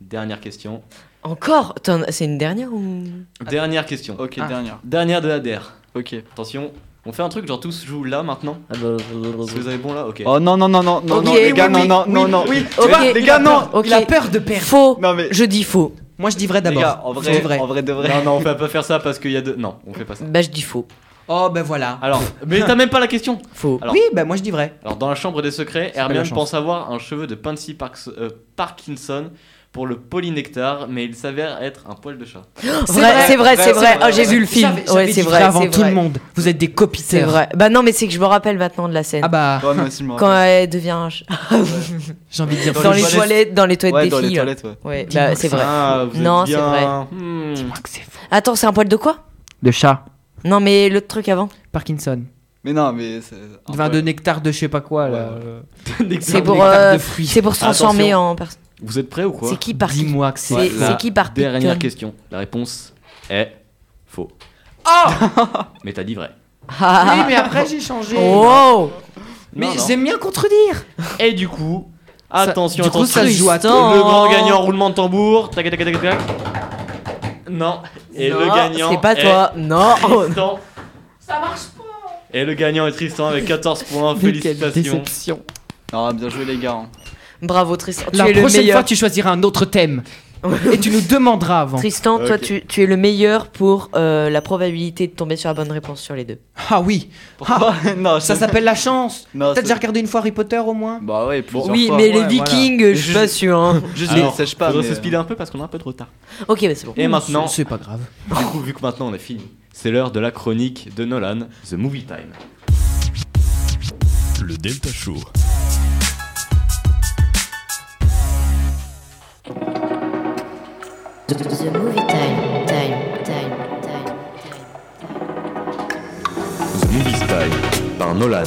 Dernière question.
Encore T'en- C'est une dernière ou
Dernière question.
Ok,
Ah.
dernière.
Dernière de la DER.
Ok.
Attention, on fait un truc genre tous jouent là maintenant.
Ah, bah,
Est-ce que vous avez bon là Ok.
Oh non, non, non, non, non,
Ok,
non, les gars,
oui,
non,
oui,
non,
oui,
non, non.
oui.
Tu vois,
Ok,
les
il
gars,
a
non.
peur. Ok.
Il a peur de perdre.
Faux.
Non, mais.
Je dis faux.
Moi je dis vrai
Les gars,
d'abord.
en
Je
vrai,
dis vrai.
en vrai de vrai.
Non, non, on peut pas faire ça parce qu'il y a deux. Non, on fait pas ça.
Bah je dis faux.
Oh ben voilà.
Alors, mais t'as même pas la question
Faux.
Alors-
oui, bah moi je dis vrai.
Alors, dans la chambre des secrets,
pas la
Hermione
chance.
pense avoir un cheveu de Pansy Parks- euh, Parkinson pour le polynectar, mais il s'avère être un poil de chat.
Vrai, c'est vrai, c'est vrai.
vrai,
Ah, j'ai
ouais.
vu le film.
J'avais- j'avais
Ouais, c'est
dit
vrai.
Avant
c'est
tout
vrai.
le monde. Vous êtes des
C'est
copiteurs.
vrai. Bah non, mais c'est que je me rappelle maintenant de la scène.
Ah bah
Ouais, moi aussi, je me
Quand
rappelle.
elle devient un ch-
j'ai envie de dire
dans,
Dans
faux.
les
les toilettes,
toilettes.
dans les toilettes
Ouais,
des
dans
filles.
les toilettes, ouais.
là. Ouais, bah c'est vrai.
Ah, vous êtes
Non, c'est
bien.
vrai.
Hmm.
Dis-moi que c'est faux.
Attends, c'est un poil de quoi
De chat.
Non, mais l'autre truc avant.
Parkinson.
Mais non, mais. c'est un
Vin
peu-
de nectar de je sais pas quoi là.
Ouais,
Euh,
C'est
de
pour,
nectar
euh,
de fruits.
C'est pour se transformer
Attention.
en personne.
Vous êtes prêts ou quoi
C'est qui par
Dis-moi que c'est
C'est
Ouais, la
c'est qui par
Dernière
Python
question. La réponse est faux.
Oh
Mais t'as dit vrai.
Ah, Oh.
Oui, mais après j'ai changé.
Wow
Mais
Non, non.
j'aime bien contredire.
Et du coup, attention,
du coup,
attention.
ça se joue à
Le
temps.
grand gagnant, roulement de tambour. Tac, tac, tac, tac. Non. Et le
Non,
gagnant.
C'est pas
est
toi. Non.
Tristan. Ça marche pas. Et le gagnant est Tristan avec 14 points.
Mais quelle
Oh, Félicitations.
déception.
Ah, bien joué, les gars. hein.
Bravo Tristan.
La
tu es le
prochaine fois
meilleur.
tu choisiras un autre thème et tu nous demanderas avant.
Tristan, toi,
Ok.
tu, tu es le meilleur pour euh, la probabilité de tomber sur la bonne réponse sur les deux.
Ah oui,
Pourquoi
Ah,
Non,
ça
c'est-
s'appelle la chance.
Non,
T'as
Ah, c'est-
déjà regardé une fois Harry Potter au moins
Bah ouais, plusieurs
oui,
fois.
mais
Ouais,
les Vikings, je suis pas sûr. hein.
voilà. Juste,
Alors,
les sèche pas.
faudrait
mais,
se
euh,
speeder un peu parce qu'on est un peu de retard.
ok, bah c'est bon.
Et maintenant,
C'est pas grave.
du coup, vu que maintenant on a fini, c'est l'heure de la chronique de Nolan, The Movie Time.
Le Delta Show.
The movie time, time, time, time.
The Movie Time par Nolan.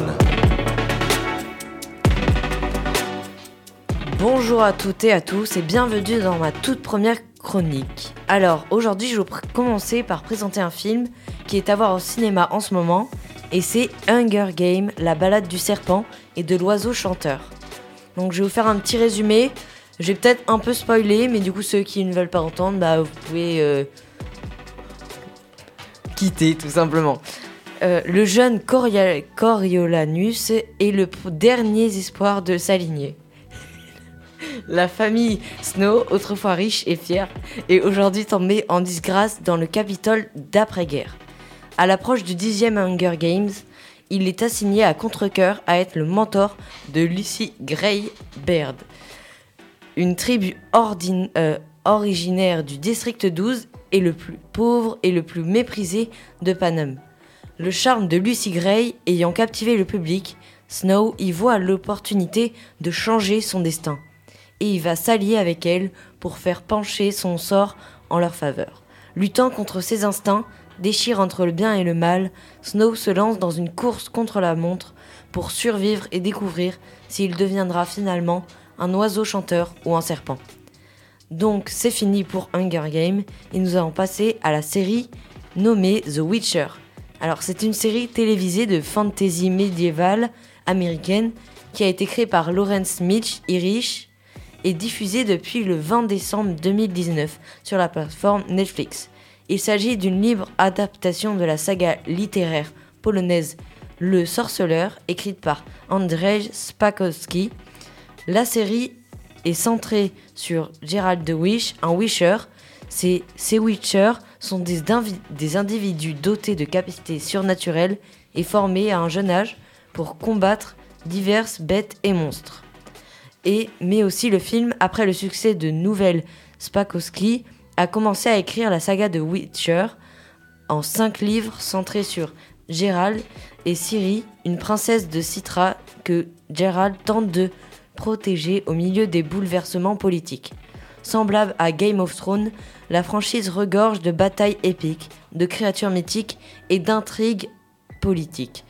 Bonjour à toutes et à tous et bienvenue dans ma toute première chronique. Alors aujourd'hui je vais pr- commencer par présenter un film qui est à voir au cinéma en ce moment et c'est Hunger Game, la balade du serpent et de l'oiseau chanteur. Donc je vais vous faire un petit résumé, je vais peut-être un peu spoiler mais du coup ceux qui ne veulent pas entendre bah vous pouvez euh, quitter tout simplement. Euh, le jeune Coria- Coriolanus est le p- dernier espoir de s'aligner. La famille Snow, autrefois riche et fière, est aujourd'hui tombée en disgrâce dans le Capitole d'après-guerre. À l'approche du 10e Hunger Games, il est assigné à contre-coeur à être le mentor de Lucy Gray Baird, une tribu ordin- euh, originaire du district 12 et le plus pauvre et le plus méprisé de Panem. Le charme de Lucy Gray ayant captivé le public, Snow y voit l'opportunité de changer son destin et il va s'allier avec elle pour faire pencher son sort en leur faveur. Luttant contre ses instincts, déchire entre le bien et le mal, Snow se lance dans une course contre la montre pour survivre et découvrir s'il deviendra finalement un oiseau chanteur ou un serpent. Donc c'est fini pour Hunger Games et nous allons passer à la série nommée The Witcher. Alors c'est une série télévisée de fantasy médiévale américaine qui a été créée par Lawrence Mitch Irish et diffusée depuis le 20 décembre 2019 sur la plateforme Netflix. Il s'agit d'une libre adaptation de la saga littéraire polonaise Le Sorceleur, écrite par Andrzej Spakowski. La série est centrée sur Gerald de Wish, un Wisher. Ces, ces Witchers sont des, invi- des individus dotés de capacités surnaturelles et formés à un jeune âge pour combattre diverses bêtes et monstres et mais aussi le film après le succès de Nouvelle Spakowski a commencé à écrire la saga de Witcher en cinq livres centrés sur Gérald et Ciri, une princesse de Citra que Gérald tente de protéger au milieu des bouleversements politiques. Semblable à Game of Thrones, la franchise regorge de batailles épiques, de créatures mythiques et d'intrigues politiques.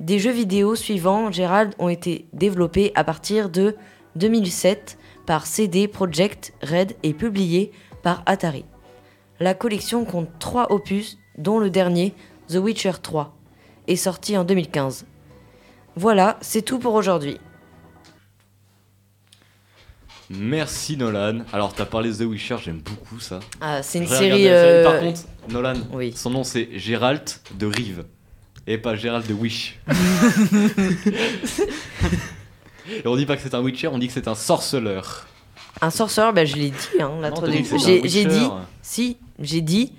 Des jeux vidéo suivants, Gérald, ont été développés à partir de 2007 par CD Projekt Red et publiés par Atari. La collection compte trois opus, dont le dernier, The Witcher 3, est sorti en 2015. Voilà, c'est tout pour aujourd'hui.
Merci Nolan. Alors t'as parlé de The Witcher, j'aime beaucoup ça.
Ah, c'est une
J'ai
série,
regardé la série.
euh,
Par contre, Nolan, son nom c'est Gérald de Rive. Et pas Gérald de Wish. Et on dit pas que c'est un Witcher, on dit que c'est un sorceleur.
Un sorcerer, bah, je l'ai dit, hein, la
Non, t'as dit
troisième
que
fois.
c'était un
J'ai j'ai
Witcher.
dit, si, j'ai dit,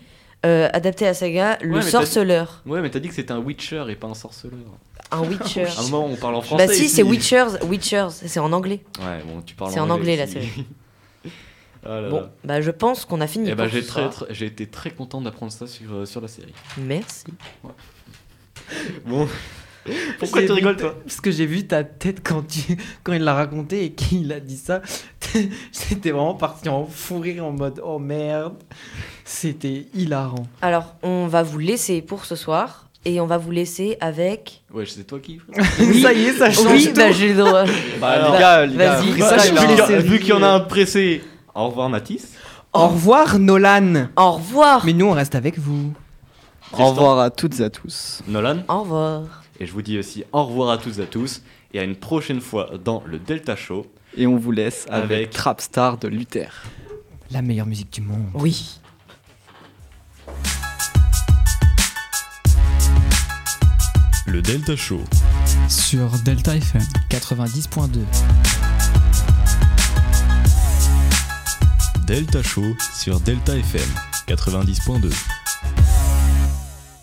euh, adapté à saga, le
Ouais, mais t'as dit-
sorceleur.
Ouais, mais t'as dit que c'était un Witcher et pas un sorceleur.
Un Witcher.
À un moment, on parle en français.
Bah si,
ici.
c'est Witchers, Witchers, c'est en anglais.
Ouais, bon, tu parles
C'est
en
en anglais, la
ici.
série.
Ah là
Bon,
là.
bah je pense qu'on a fini.
Eh ben,
pour
j'ai
ce
très,
soir.
très- j'ai été très content d'apprendre ça sur, euh, sur la série.
Merci.
Bon. Pourquoi tu rigoles, toi
Parce que j'ai vu ta tête quand, tu... quand il l'a raconté et qu'il a dit ça. J'étais vraiment parti en fou rire en mode oh merde. C'était hilarant.
Alors, on va vous laisser pour ce soir et on va vous laisser avec.
Ouais, c'est toi qui.
ça y est, ça change.
Oui,
tout.
bah j'ai le droit.
Bah, les gars, les gars,
Vas-y,
freestyle,
freestyle.
hein.
laisser
vu qu'il y en a un pressé. Au revoir, Mathis.
Au revoir Nolan.
Au revoir.
Mais nous on reste avec vous.
Au revoir à toutes et à tous.
Nolan.
Au revoir.
Et je vous dis aussi au revoir à toutes et à tous. Et à une prochaine fois dans le Delta Show.
Et on vous laisse avec,
Avec-
Trapstar de Luther.
La meilleure musique du monde.
Oui.
Le Delta Show.
Sur Delta FM 90.2.
Delta Show sur Delta FM 90.2.